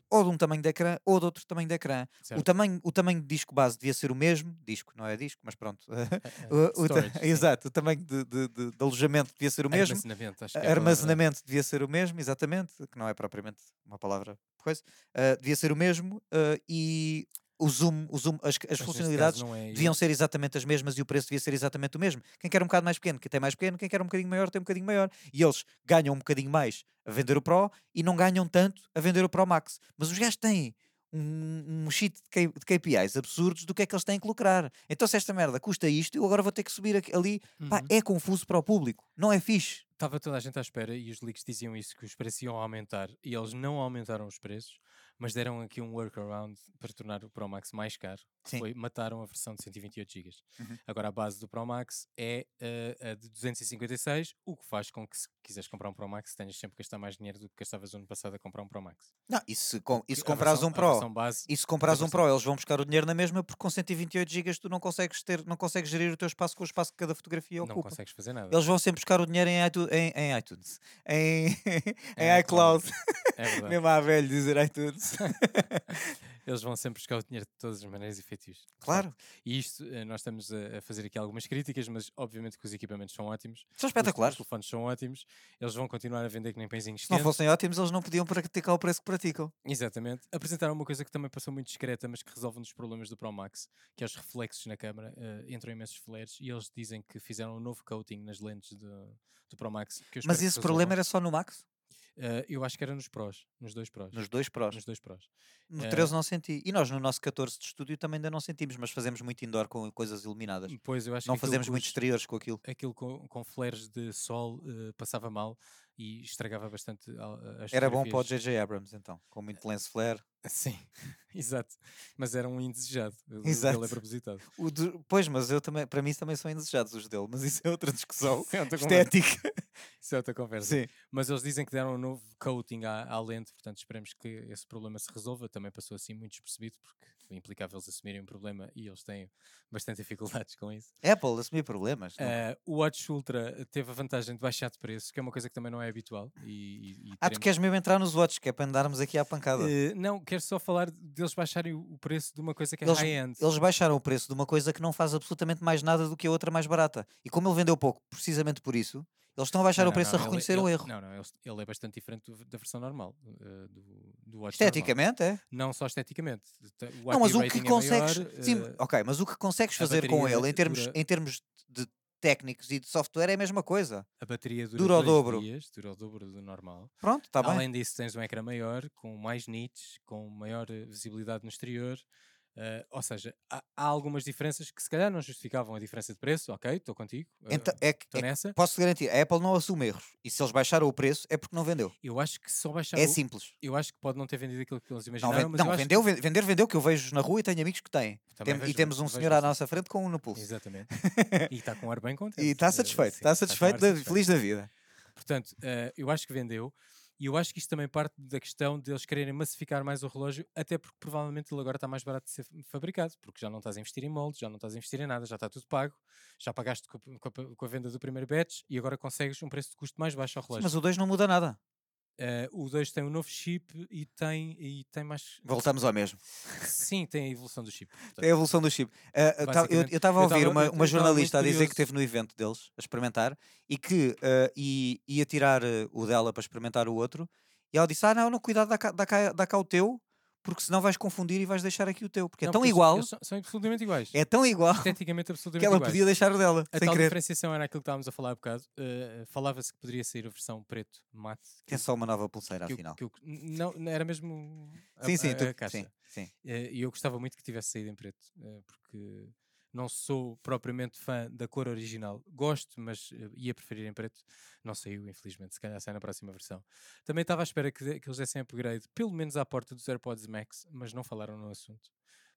B: ou de um tamanho de ecrã ou de outro tamanho de ecrã. O
A: Certo.
B: tamanho, o tamanho de disco base devia ser o mesmo, disco, não é disco, mas pronto.
A: Eh, eh,
B: O- o ta-
A: storage, sim.
B: exato, o tamanho de, de- de- de alojamento devia ser o mesmo,
A: Armazenamento, acho que é a palavra.
B: armazenamento devia ser o mesmo, exatamente, que não é propriamente uma palavra coisa, ah, devia ser o mesmo ah, e o zoom, o zoom as, as
A: Mas neste caso
B: funcionalidades
A: não é
B: deviam ser exatamente as mesmas e o preço devia ser exatamente o mesmo. Quem quer um bocado mais pequeno, quem tem mais pequeno, quem quer um bocadinho maior, tem um bocadinho maior. E eles ganham um bocadinho mais a vender o Pro e não ganham tanto a vender o Pro Max. Mas os gajos têm um, um sheet de, K- de KPIs absurdos do que é que eles têm que lucrar. Então se esta merda custa isto, eu agora vou ter que subir aqui- ali. Pá,
A: Uhum.
B: é confuso para o público. Não é fixe.
A: Estava toda a gente à espera e os leaks diziam isso, que os preços iam aumentar e eles não aumentaram os preços, mas deram aqui um workaround para tornar o Pro Max mais caro. que
B: Sim.
A: Foi, mataram a versão de 128 GB.
B: Uhum.
A: Agora a base do Pro Max é eh, a de 256, o que faz com que se quiseres comprar um Pro Max tenhas sempre que gastar mais dinheiro do que gastavas no ano passado a comprar um Pro Max.
B: Não, e se, com, e se
A: Que a
B: comprares
A: versão-
B: um
A: a
B: Pro...
A: versão base
B: E se comprares um
A: versão-
B: Pro, eles vão buscar o dinheiro na mesma, porque com 128 GB tu não consegues ter, não consegues gerir o teu espaço com o espaço que cada fotografia
A: não
B: ocupa.
A: consegues fazer nada.
B: Eles vão sempre buscar o dinheiro em iTunes, em, em, iTunes. em,
A: Em
B: em iCloud,
A: É verdade.
B: mesmo à velha dizer iTunes.
A: Eles vão sempre buscar o dinheiro de todas as maneiras e feitios. de
B: claro,
A: facto. E isto, eh, nós estamos a a fazer aqui algumas críticas, mas obviamente que os equipamentos são ótimos.
B: são
A: os-
B: espetaculares.
A: Os telefones são ótimos. Eles vão continuar a vender que nem pãezinhos
B: Se não
A: quentes.
B: fossem ótimos, eles não podiam praticar o preço que praticam.
A: Exatamente. Apresentaram uma coisa que também passou muito discreta, mas que resolve um dos problemas do Pro Max, que é os reflexos na câmara. eh, entram imensos flares e eles dizem que fizeram um novo coating nas lentes do, do Pro Max. que eu espero
B: Mas
A: que
B: esse
A: resolvam.
B: problema era só no Max?
A: Eh, eu acho que era nos Pros, nos dois Pros.
B: Nos dois Pros.
A: Nos dois Pros.
B: No
A: eh,
B: 13 não senti. E nós no nosso 14 de estúdio também ainda não sentimos, mas fazemos muito indoor com coisas iluminadas.
A: Pois eu acho
B: Não
A: Hum, que aquilo
B: fazemos
A: que
B: muito
A: os-
B: exteriores com aquilo.
A: aquilo com, com flares de sol eh, passava mal e estragava bastante a- a- as
B: Era bom para o
A: fotografias.
B: J.J. Abrams, então, com
A: É.
B: muito lens flare.
A: Sim, exato. Mas era um indesejado. Ele
B: Exato.
A: é propositado.
B: O de- Pois, mas eu também, para mim também são indesejados os dele, mas isso é outra discussão
A: Isso é outra conversa.
B: estética.
A: Isso é outra conversa.
B: Sim.
A: Mas eles dizem que deram um novo coating à, à lente, portanto esperemos que esse problema se resolva. Também passou assim muito despercebido, porque implicava eles assumirem um problema e eles têm bastante dificuldades com isso.
B: Apple assumir problemas. não?
A: Eh, o Watch Ultra teve a vantagem de baixar de preço, que é uma coisa que também não é habitual. E, e- e
B: ah, tu
A: teremos-
B: queres mesmo entrar nos watch, que é para andarmos aqui à pancada.
A: Eh, não, quero só falar deles baixarem o o preço de uma coisa que é
B: Eles-
A: high-end.
B: Eles baixaram o preço de uma coisa que não faz absolutamente mais nada do que a outra mais barata. E como ele vendeu pouco, precisamente por isso, eles estão a baixar
A: Não,
B: o
A: não,
B: preço
A: não,
B: a
A: ele- é
B: reconhecer
A: ele-
B: o erro.
A: Não, não, ele, ele é bastante diferente do- da versão normal. eh, do, do watch normal.
B: Esteticamente, é?
A: Não só esteticamente. Te- O
B: não,
A: IP
B: mas o que
A: rating é
B: consegues.
A: maior,
B: sim,
A: eh,
B: ok, mas o que consegues
A: a
B: fazer com
A: bateria
B: ele em termos,
A: dura-
B: em termos de técnicos e de software é a mesma coisa.
A: a bateria dura,
B: dura ao
A: dois
B: dobro.
A: dias, dura o dobro do normal.
B: Pronto, está bem.
A: Além disso, tens um ecrã maior, com mais nits, com maior eh, visibilidade no exterior. eh, ou seja, há, há algumas diferenças que se calhar não justificavam a diferença de preço, ok, estou contigo, eh,
B: Então,
A: estou
B: é que, é que
A: nessa.
B: posso garantir, a Apple não assume erros. E se eles baixaram o preço é porque não vendeu.
A: Eu acho que só baixaram.
B: É
A: o-
B: simples.
A: Eu acho que pode não ter vendido aquilo que eles
B: Não,
A: imaginaram,
B: ven-
A: mas
B: não,
A: eu acho que-
B: vendeu, ven- vender vendeu, que eu vejo na rua e tenho amigos que têm.
A: Também
B: Tem- e
A: vejo-
B: temos um
A: vejo
B: senhor à
A: isso.
B: nossa frente com um no pulso.
A: Exatamente. E está com um ar bem contente.
B: E
A: Eh,
B: está satisfeito,
A: sim,
B: está
A: com
B: satisfeito,
A: ar
B: da- feliz da vida.
A: Portanto, eh, eu acho que vendeu. E eu acho que isto também parte da questão de eles quererem massificar mais o relógio, até porque provavelmente ele agora está mais barato de ser fabricado, porque já não estás a investir em moldes, já não estás a investir em nada, já está tudo pago, já pagaste co- co- com a, com a venda do primeiro batch e agora consegues um preço de custo mais baixo ao
B: Sim,
A: relógio.
B: mas o 2 não muda nada.
A: Eh, o 2 tem um novo chip e tem, e tem mais.
B: Voltamos ao mesmo.
A: Sim, tem a evolução do chip. portanto.
B: É a evolução do chip. Ah, eu ta- eu
A: Basicamente,
B: estava a
A: eu
B: ouvir
A: tava-
B: uma,
A: eu- eu
B: uma
A: tava
B: jornalista a
A: muito
B: dizer que
A: curioso.
B: esteve no evento deles, a experimentar, e que ah, i- ia tirar ah, o dela para experimentar o outro, e ela disse: Ah, não, não, cuidado, dá cá, dá cá- dá cá o teu, porque senão vais confundir e vais deixar aqui o teu. Porque é
A: Não,
B: tão
A: porque eles-
B: igual,
A: eles são, são absolutamente iguais.
B: é tão igual
A: Esteticamente,
B: que
A: absolutamente
B: ela
A: iguais.
B: podia deixar o dela,
A: A
B: sem
A: tal
B: querer.
A: diferenciação era aquilo que estávamos a falar há bocado. eh, Falava-se que poderia sair a versão preto mate.
B: Tem só uma nova pulseira,
A: que eu-
B: afinal.
A: que eu- não, não, era mesmo a,
B: Sim, sim,
A: a-
B: tu-
A: a caixa.
B: sim, sim.
A: Eh, E eu gostava muito que tivesse saído em preto, eh, porque não sou propriamente fã da cor original. Gosto, mas eh, ia preferir em preto. Não saiu, infelizmente. Se calhar sai na próxima versão. Também estava à espera que, de- que eles dessem upgrade, pelo menos à porta dos AirPods Max, mas não falaram no assunto.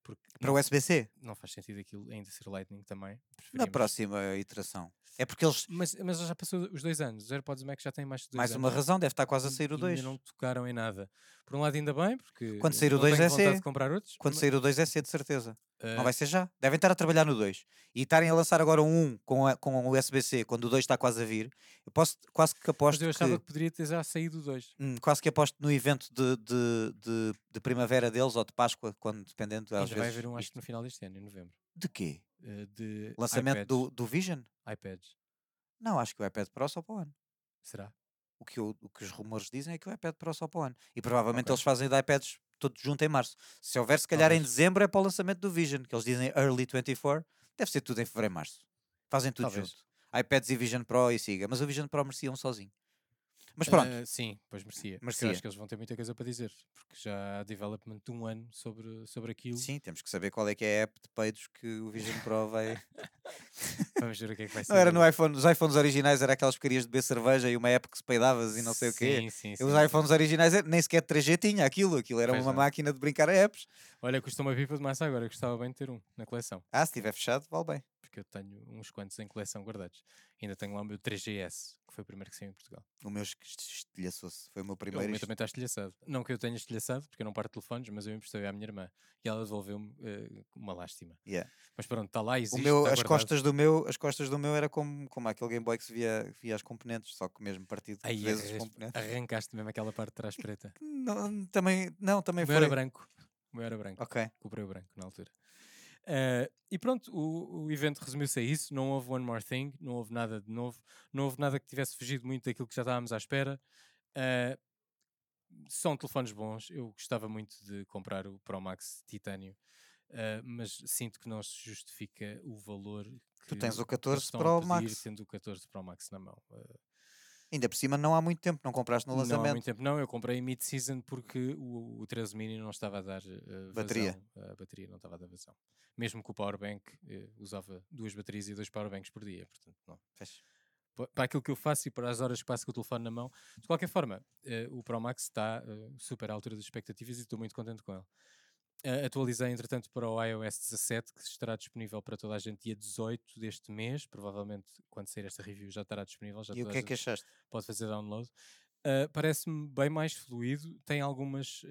A: Porque
B: Para o
A: não,
B: USB-C,
A: não faz sentido aquilo ainda ser Lightning também.
B: na
A: Preferíamos-
B: próxima iteração. É porque eles,
A: mas, mas já passou os dois anos. Os AirPods Max já têm mais de dois
B: mais
A: anos.
B: uma razão, deve estar quase a
A: e-
B: sair o
A: e
B: 2.
A: Ainda não tocaram em nada. Por um lado, ainda bem, porque.
B: Quando sair o
A: não
B: dois
A: tenho
B: é
A: vontade
B: ser.
A: de comprar outros.
B: Quando
A: mas,
B: sair o 2 é cedo, de certeza.
A: eh,
B: Não vai ser já. Devem estar a trabalhar no 2. E estarem a lançar agora um 1 com, a, com o USB-C, quando o 2 está quase a vir. Eu posso, quase que
A: eh, mas
B: aposto
A: eu achava que...
B: que,
A: poderia ter já saído o 2.
B: hum, quase que aposto no evento de, de, de, de primavera deles ou de Páscoa, quando dependendo às
A: Ainda vai
B: vezes.
A: haver um, acho
B: isto-
A: que no final deste ano, em novembro.
B: De quê?
A: eh, de
B: Lançamento
A: iPads.
B: do, do Vision?
A: iPads.
B: Não, acho que o iPad Pro só para o ano.
A: Será?
B: O que, eu- o que os rumores dizem é que o iPad Pro só para o ano. E provavelmente
A: Ok.
B: eles fazem de iPads todo junto em março. Se houver, se calhar, em
A: Talvez.
B: dezembro é para o lançamento do Vision, que eles dizem early 24. Deve ser tudo em fevereiro e março. Fazem tudo
A: Talvez.
B: junto. iPads e Vision Pro e siga. Mas o Vision Pro merecia um sozinho. Mas pronto,
A: Eh, sim, pois merecia. porque
B: Merecia.
A: Eu acho que eles vão ter muita coisa para dizer, porque já há development de um ano sobre, sobre aquilo.
B: sim, temos que saber qual é que é a app de peidos que o Vision Pro vai.
A: Vamos ver o que é que vai ser.
B: não era no iPhone, os iPhones originais era aquelas porcarias de beber cerveja e uma app que se peidavas e não sei o quê.
A: Sim, sim, sim,
B: Os
A: sim.
B: iPhones originais eh, nem sequer 3G tinha aquilo, aquilo era
A: Pois é.
B: uma
A: não.
B: máquina de brincar a apps.
A: Olha, custou uma pipa de massa agora. Gostava bem de ter um na coleção.
B: Ah, se estiver fechado, vale bem.
A: porque eu tenho uns quantos em coleção guardados. Ainda tenho lá o meu 3GS, que foi o primeiro que saiu em Portugal.
B: O meu es- estilhaçou-se. Foi o
A: Primeiro o
B: meu primeiro.
A: meu
B: est-
A: também está estilhaçado. Não que eu tenha estilhaçado, porque eu não parto telefones, mas eu emprestei à minha irmã. E ela devolveu-me eh, uma lástima.
B: Yeah.
A: Mas pronto, está lá, existe,
B: o meu,
A: está
B: as,
A: tá guardado.
B: costas do meu, as costas do meu era como, como aquele Game Boy que se via, que via as componentes, só que mesmo partido por
A: Aí
B: vezes né? os
A: arras-
B: componentes.
A: arrancaste mesmo aquela parte de trás preta.
B: Não, também, não, também
A: O
B: foi.
A: meu era branco. O meu era branco.
B: Ok.
A: Comprei o branco na altura. Eh, e pronto, o, o evento resumiu-se a isso. Não houve One More Thing, não houve nada de novo, não houve nada que tivesse fugido muito daquilo que já estávamos à espera. Eh, são telefones bons. Eu gostava muito de comprar o Pro Max Titânio, eh, mas sinto que não se justifica o valor que
B: Tu tens o
A: eles
B: 14
A: estão a
B: Pro
A: pedir
B: Max.
A: tendo o 14 Pro Max na mão. Eh,
B: Ainda por cima, não há muito tempo, não compraste no
A: não há
B: lançamento.
A: muito tempo, não. Eu comprei mid-season porque o, o 13 mini não estava a dar eh,
B: Bateria.
A: vazão. A bateria não estava a dar vazão. Mesmo que o powerbank eh, usava duas baterias e dois powerbanks por dia. Portanto, não.
B: Fez.
A: Pa- Para aquilo que eu faço e para as horas que passo com o telefone na mão. De qualquer forma, eh, o Pro Max está eh, super à altura das expectativas e estou muito contente com ele. Eh, atualizei, entretanto, para o iOS 17, que estará disponível para toda a gente dia 18 deste mês. Provavelmente, quando sair esta review, já estará disponível. Já
B: E o
A: toda a
B: que é
A: gente
B: que achaste?
A: pode fazer download. Uh, Parece-me bem mais ehm, fluido, tem algumas,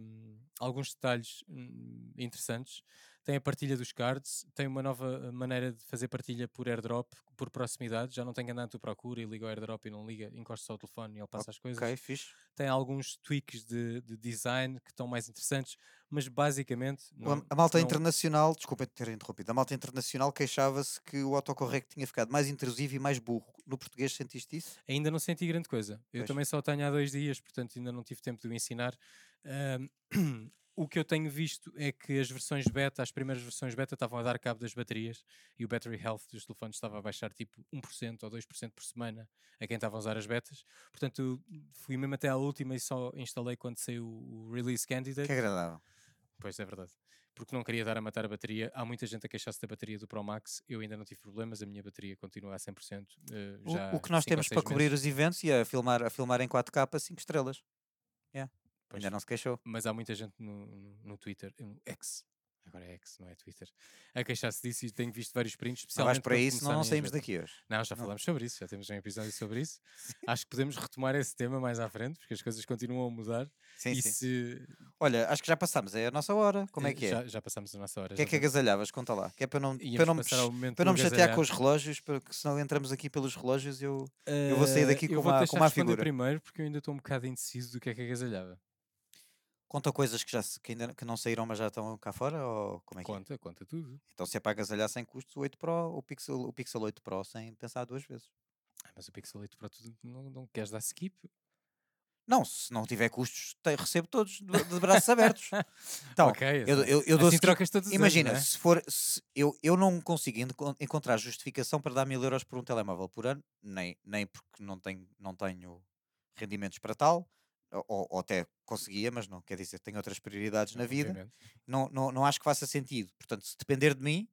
A: um, alguns detalhes hum, interessantes. tem a partilha dos cards, tem uma nova maneira de fazer partilha por airdrop, por proximidade, já não tem que andar à tua procura e liga o airdrop e não liga, encosta só o telefone e ele passa as coisas.
B: Ok, fixe.
A: Tem alguns tweaks de, de design que estão mais interessantes, mas basicamente...
B: A-
A: não-
B: a malta
A: não-
B: internacional, desculpem ter interrompido, a malta internacional queixava-se que o autocorrect tinha ficado mais intrusivo e mais burro. No português sentiste isso?
A: Ainda não senti grande coisa. Eu
B: Pois.
A: também só tenho há dois dias, portanto ainda não tive tempo de o ensinar. Ahm, o que eu tenho visto é que as versões beta, as primeiras versões beta, estavam a dar cabo das baterias e o battery health dos telefones estava a baixar tipo 1% ou 2% por semana a quem estava a usar as betas. Portanto, eu fui mesmo até à última e só instalei quando saiu o release candidate.
B: Que agradável.
A: Pois é verdade. Porque não queria dar a matar a bateria. Há muita gente a queixar-se da bateria do Pro Max. Eu ainda não tive problemas, a minha bateria continua a 100%. eh,
B: O-
A: já
B: o, que nós
A: cinco ou
B: temos
A: seis
B: para
A: meses.
B: cobrir os eventos e a filmar, a filmar em 4K 5 estrelas. Yeah.
A: Pois.
B: Ainda não se queixou.
A: mas há muita gente no, no- no Twitter, no X, agora é X, não é Twitter, a queixar-se disso e tenho visto vários prints,
B: Não vais
A: especialmente.
B: para
A: quando
B: isso, não,
A: começaram
B: não
A: as
B: saímos
A: betas.
B: daqui hoje.
A: Não, já
B: Não.
A: falámos sobre isso, já temos um episódio sobre isso. Acho que podemos retomar esse tema mais à frente, porque as coisas continuam a mudar.
B: Sim,
A: e
B: sim.
A: se.
B: Olha, acho que já passámos, é a nossa hora. Como é
A: eh,
B: que é?
A: Já, já passamos a nossa hora.
B: O que é
A: já
B: que
A: passamos.
B: agasalhavas? Conta lá. Que é para não, para
A: Íamos
B: não, me,
A: passar ao momento
B: para não
A: do
B: me chatear com
A: agasalhar.
B: os relógios, porque senão entramos aqui pelos relógios e eu. eu vou sair
A: Eh,
B: daqui
A: eu
B: com
A: vou
B: uma-
A: deixar
B: com uma
A: responder
B: figura.
A: primeiro, porque eu ainda estou um bocado indeciso do que é que agasalhava.
B: Conta coisas que, já, se- que ainda que não saíram, mas já estão cá fora? Ou como é que é?
A: Conta, conta tudo.
B: Então, se é para agasalhar sem custos, o 8 Pro, o Pixel, o Pixel 8 Pro, sem pensar duas vezes.
A: Ah, mas o Pixel 8 Pro, tu não, não queres dar skip?
B: Não, se não tiver custos, te- recebo todos de, de braços abertos. Então,
A: ok.
B: eu, eu, eu dou
A: assim
B: skip.
A: trocas todos os anos,
B: Imagina,
A: não é?
B: se for. se eu, eu não consigo enco- encontrar justificação para dar mil euros por um telemóvel por ano, nem, nem porque não tenho, não tenho rendimentos para tal, ou- ou, ou até conseguia, mas não quer dizer, tenho outras prioridades na vida.
A: Obviamente.
B: não, não, não acho que faça sentido. Portanto, se depender de mim,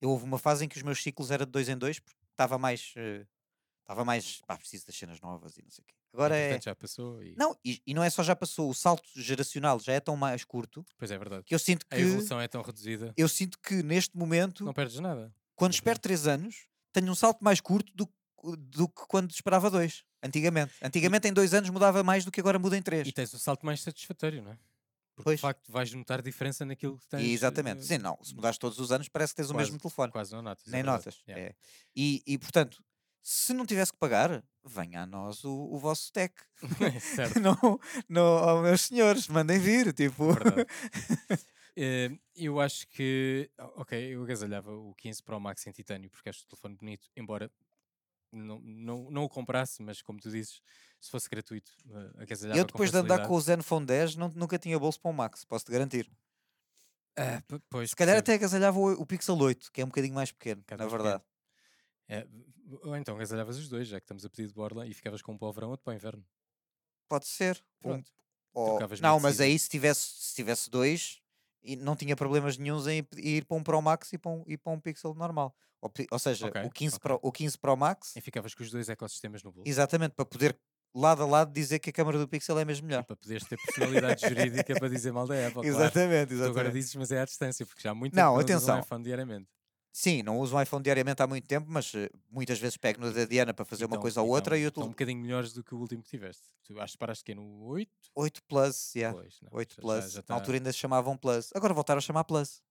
B: eu houve uma fase em que os meus ciclos eram de dois em dois, porque estava mais. eh, Estava mais. Pá, preciso das cenas novas e não sei o quê. Agora é.
A: Entretanto, já passou e
B: Não, e, e não é só já passou, o salto geracional já é tão mais curto
A: pois é verdade.
B: que eu sinto
A: A
B: que.
A: evolução é tão reduzida,
B: Eu sinto que neste momento,
A: não perdes nada.
B: quando
A: pois é.
B: espero três anos, tenho um salto mais curto do, que- do que quando esperava dois Antigamente. Antigamente em dois anos mudava mais do que agora muda em três
A: E tens o salto mais satisfatório, não é? Porque
B: Pois.
A: de facto vais notar diferença naquilo que tens.
B: E exatamente.
A: eh,
B: Sim, não. Se mudares todos os anos, parece que tens o
A: Quase-
B: mesmo telefone.
A: Quase não notas. é
B: Nem
A: verdade.
B: notas.
A: Yeah.
B: é. E, e, portanto, se não tivesse que pagar, venha a nós o, o vosso tech. é.
A: É certo, é
B: não, não, aos meus senhores, mandem vir. Tipo,
A: verdade. Eh, eu acho que. o- Ok, eu agasalhava o 15 Pro Max em titânio porque acho o telefone bonito, embora. Não, não, não o comprasse, mas como tu dizes, se fosse gratuito, eh, agasalhava
B: eu depois
A: com
B: de andar
A: facilidade.
B: com o Zenfone 10, não, nunca tinha bolso para um Max, posso-te garantir.
A: Ah, p- pois,
B: Se calhar
A: percebo.
B: até agasalhava o, o Pixel 8, que é um bocadinho mais pequeno,
A: bocado
B: na
A: mais
B: verdade.
A: É, ou então agasalhavas os dois, já que estamos a pedir de borla e ficavas com um para o verão, outro para o inverno.
B: Pode ser. Um-
A: Pronto. então
B: ou-
A: Trocavas
B: Não, mas
A: mid-season.
B: aí se tivesse, se tivesse dois, e não tinha problemas nenhums em ir- ir para um Pro Max e para um, e para um Pixel normal. Ou, pi- ou seja,
A: Ok,
B: o, 15
A: ok.
B: Pro, o 15 Pro Max
A: E ficavas com os dois ecossistemas no bolso.
B: Exatamente, para poder lado a lado dizer que a câmara do Pixel é mesmo
A: E
B: melhor.
A: para poderes ter personalidade jurídica para dizer mal da Apple. Claro.
B: exatamente,
A: Tu agora
B: exatamente.
A: dizes, mas é à distância, porque já há muito
B: Não,
A: tempo que não usas um
B: atenção.
A: iPhone diariamente.
B: Sim, não uso um iPhone diariamente há muito tempo, mas eh, muitas vezes pego no da Diana para fazer uma
A: Então-
B: coisa ou outra
A: então-
B: e eu
A: então um
B: estou
A: bocadinho melhores do que o último que tiveste. Tu acho que paraste que é no 8?
B: 8 Plus, yeah.
A: Pois, não,
B: 8
A: já- já-
B: Plus.
A: já tá-
B: Na altura ainda se chamavam Plus. Agora voltaram a chamar Plus.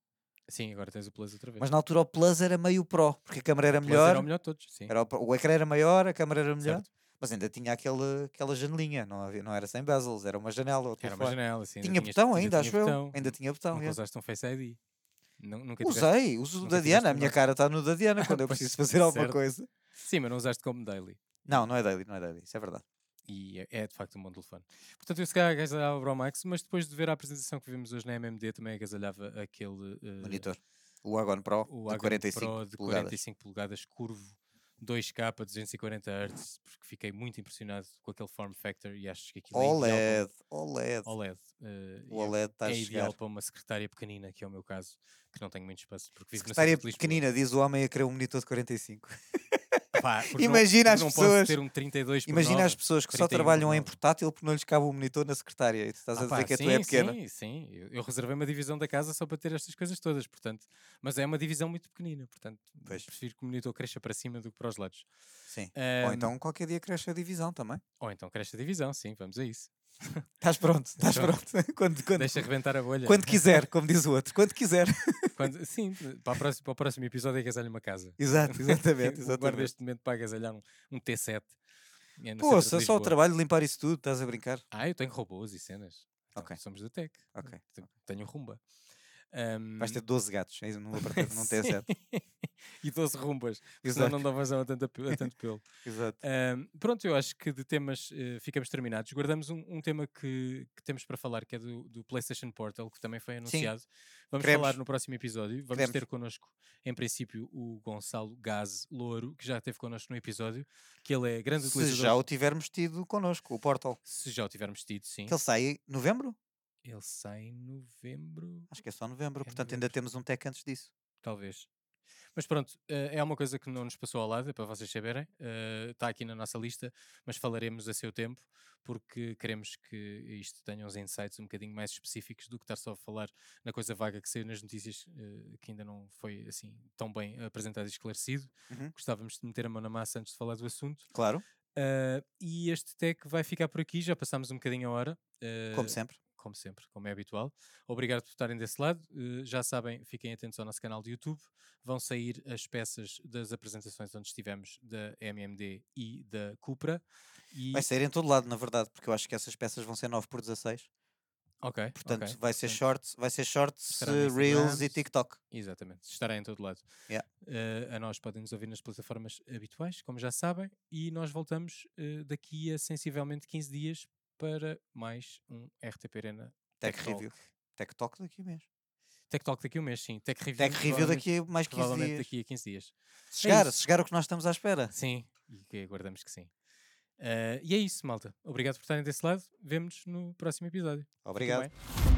A: Sim, agora tens o Plus outra vez.
B: Mas na altura o Plus era meio Pro, porque a câmara era
A: Plus
B: melhor.
A: Era o melhor de todos, sim.
B: era o, pro- o ecrã era maior, a câmara era melhor.
A: certo?
B: Mas ainda tinha aquele, aquela janelinha, não, havia, não era sem bezels, era uma janela. o
A: Era uma
B: telefone.
A: janela, assim.
B: Tinha botão ainda, acho eu.
A: Botão.
B: Ainda tinha botão.
A: Nunca
B: yeah.
A: usaste um Face ID. Nu- Nunca tiveste
B: Usei, uso o
A: nunca
B: da
A: tiveste
B: Diana, a
A: um
B: minha
A: Mac.
B: cara está no da Diana quando eu
A: Pois,
B: preciso fazer alguma
A: certo.
B: coisa.
A: Sim, mas não usaste como daily.
B: Não, não é daily, não é daily, isso é verdade.
A: E é, é, de facto um bom telefone. Portanto, eu se calhar agasalhava o Pro Max, mas depois de ver a apresentação que vimos hoje na MMD, também agasalhava aquele eh,
B: Monitor. O Agon Pro
A: o
B: de
A: Agon
B: 45
A: Pro de
B: polegadas.
A: 45 polegadas curvo, 2K, 240 Hz, porque fiquei muito impressionado com aquele form factor e acho que aquilo é ideal
B: OLED,
A: para-
B: OLED.
A: OLED. eh, e
B: O OLED está
A: é
B: tá a
A: ideal
B: chegar.
A: para uma secretária pequenina, que é o meu caso, que não tenho muito espaço, porque vivo na
B: Secretária
A: cidade de Lisboa.
B: pequenina, diz o homem a querer um monitor de 45.
A: Pá, porque não-
B: Imagina
A: porque
B: as
A: não
B: pessoas-
A: Posso ter um 32 por
B: Imagina
A: 9.
B: as pessoas que
A: 31
B: só
A: por
B: trabalham em
A: nove.
B: portátil porque não lhes cabe um monitor na secretária. E tu estás
A: Ah
B: a dizer
A: pá,
B: que a tua é
A: sim,
B: pequena.
A: Sim, sim. Eu, eu reservei uma divisão da casa só para ter estas coisas todas, portanto. Mas é uma divisão muito pequenina, portanto.
B: Pois.
A: Prefiro que o monitor cresça para cima do que para os lados.
B: Sim.
A: Ahm,
B: Ou então qualquer dia cresce a divisão também.
A: ou então cresce a divisão, sim, vamos a isso.
B: Estás pronto, estás
A: Pronto.
B: pronto. Quando, quando,
A: Deixa arrebentar a bolha.
B: quando quiser, como diz o outro, quando quiser.
A: Quando- sim, para, a próxima- para o próximo episódio agasalho uma casa.
B: Exato, exatamente.
A: O guarda
B: exatamente.
A: neste momento para agasalhar um, um T7. é, no centro
B: Poxa,
A: de
B: só o
A: Lisboa.
B: trabalho de limpar isso tudo, estás a brincar?
A: Ah, eu tenho robôs e cenas. Então,
B: Ok.
A: Somos da Tech.
B: Ok.
A: Tenho- Tenho rumba. Ahm,
B: Vais ter 12 gatos, é isso, num apartamento não tem
A: Hum. sim.
B: certo.
A: e 12 rumbas. Senão
B: Exato.
A: não dá vazão a tanto, a tanto pelo.
B: Exato.
A: Ahm, pronto, eu acho que de temas eh, ficamos terminados. Guardamos um, um tema que, que temos para falar, que é do, do PlayStation Portal, que também foi anunciado. Vamos
B: Queremos.
A: falar no próximo episódio. Vamos
B: Queremos.
A: ter connosco, em princípio, o Gonçalo Gaz Louro, que já esteve connosco no episódio, que ele é grande
B: Se
A: utilizador.
B: já o tivermos tido connosco, o Portal.
A: Se já o tivermos tido, sim.
B: Que ele sai em novembro?
A: Ele sai em novembro,
B: Acho que é só novembro,
A: É
B: portanto ainda temos um tech antes disso.
A: talvez. Mas pronto, eh, é uma coisa que não nos passou ao lado, é para vocês saberem. eh, Está aqui na nossa lista, mas falaremos a seu tempo, porque queremos que isto tenha uns insights um bocadinho mais específicos do que estar só a falar na coisa vaga que saiu nas notícias, eh, que ainda não foi assim tão bem apresentado e esclarecido.
B: Uhum.
A: Gostávamos de meter a mão na massa antes de falar do assunto.
B: Claro,
A: Eh, e este tech vai ficar por aqui, já passámos um bocadinho a hora.
B: como
A: eh,
B: sempre.
A: como sempre, como é habitual. Obrigado por estarem desse lado. Eh, Já sabem, fiquem atentos ao nosso canal de YouTube. Vão sair as peças das apresentações onde estivemos da MMD e da Cupra. E...
B: Vai sair em todo lado, na verdade, porque eu acho que essas peças vão ser 9 por 16.
A: Ok,
B: Portanto,
A: ok,
B: vai ser
A: portanto,
B: shorts, vai ser shorts,
A: Estará no
B: eh, reels
A: Instagram.
B: e TikTok.
A: Exatamente, estará em todo lado.
B: Yeah.
A: Eh, a nós podem nos ouvir nas plataformas habituais, como já sabem, e nós voltamos eh, daqui a sensivelmente 15 dias para mais um RTP Arena
B: Tech,
A: Tech
B: review. Tech talk daqui mesmo.
A: Tech Talk daqui a um mês, sim. Tech Review,
B: Tech review
A: provavelmente-
B: daqui a mais 15
A: provavelmente
B: dias.
A: daqui a 15 dias.
B: Se chegar,
A: isso.
B: se chegar o que nós estamos à espera.
A: Sim, e que aguardamos que sim. Ah, e é isso, malta. Obrigado por estarem desse lado. Vemos-nos no próximo episódio. Fiquem
B: Obrigado.
A: bem.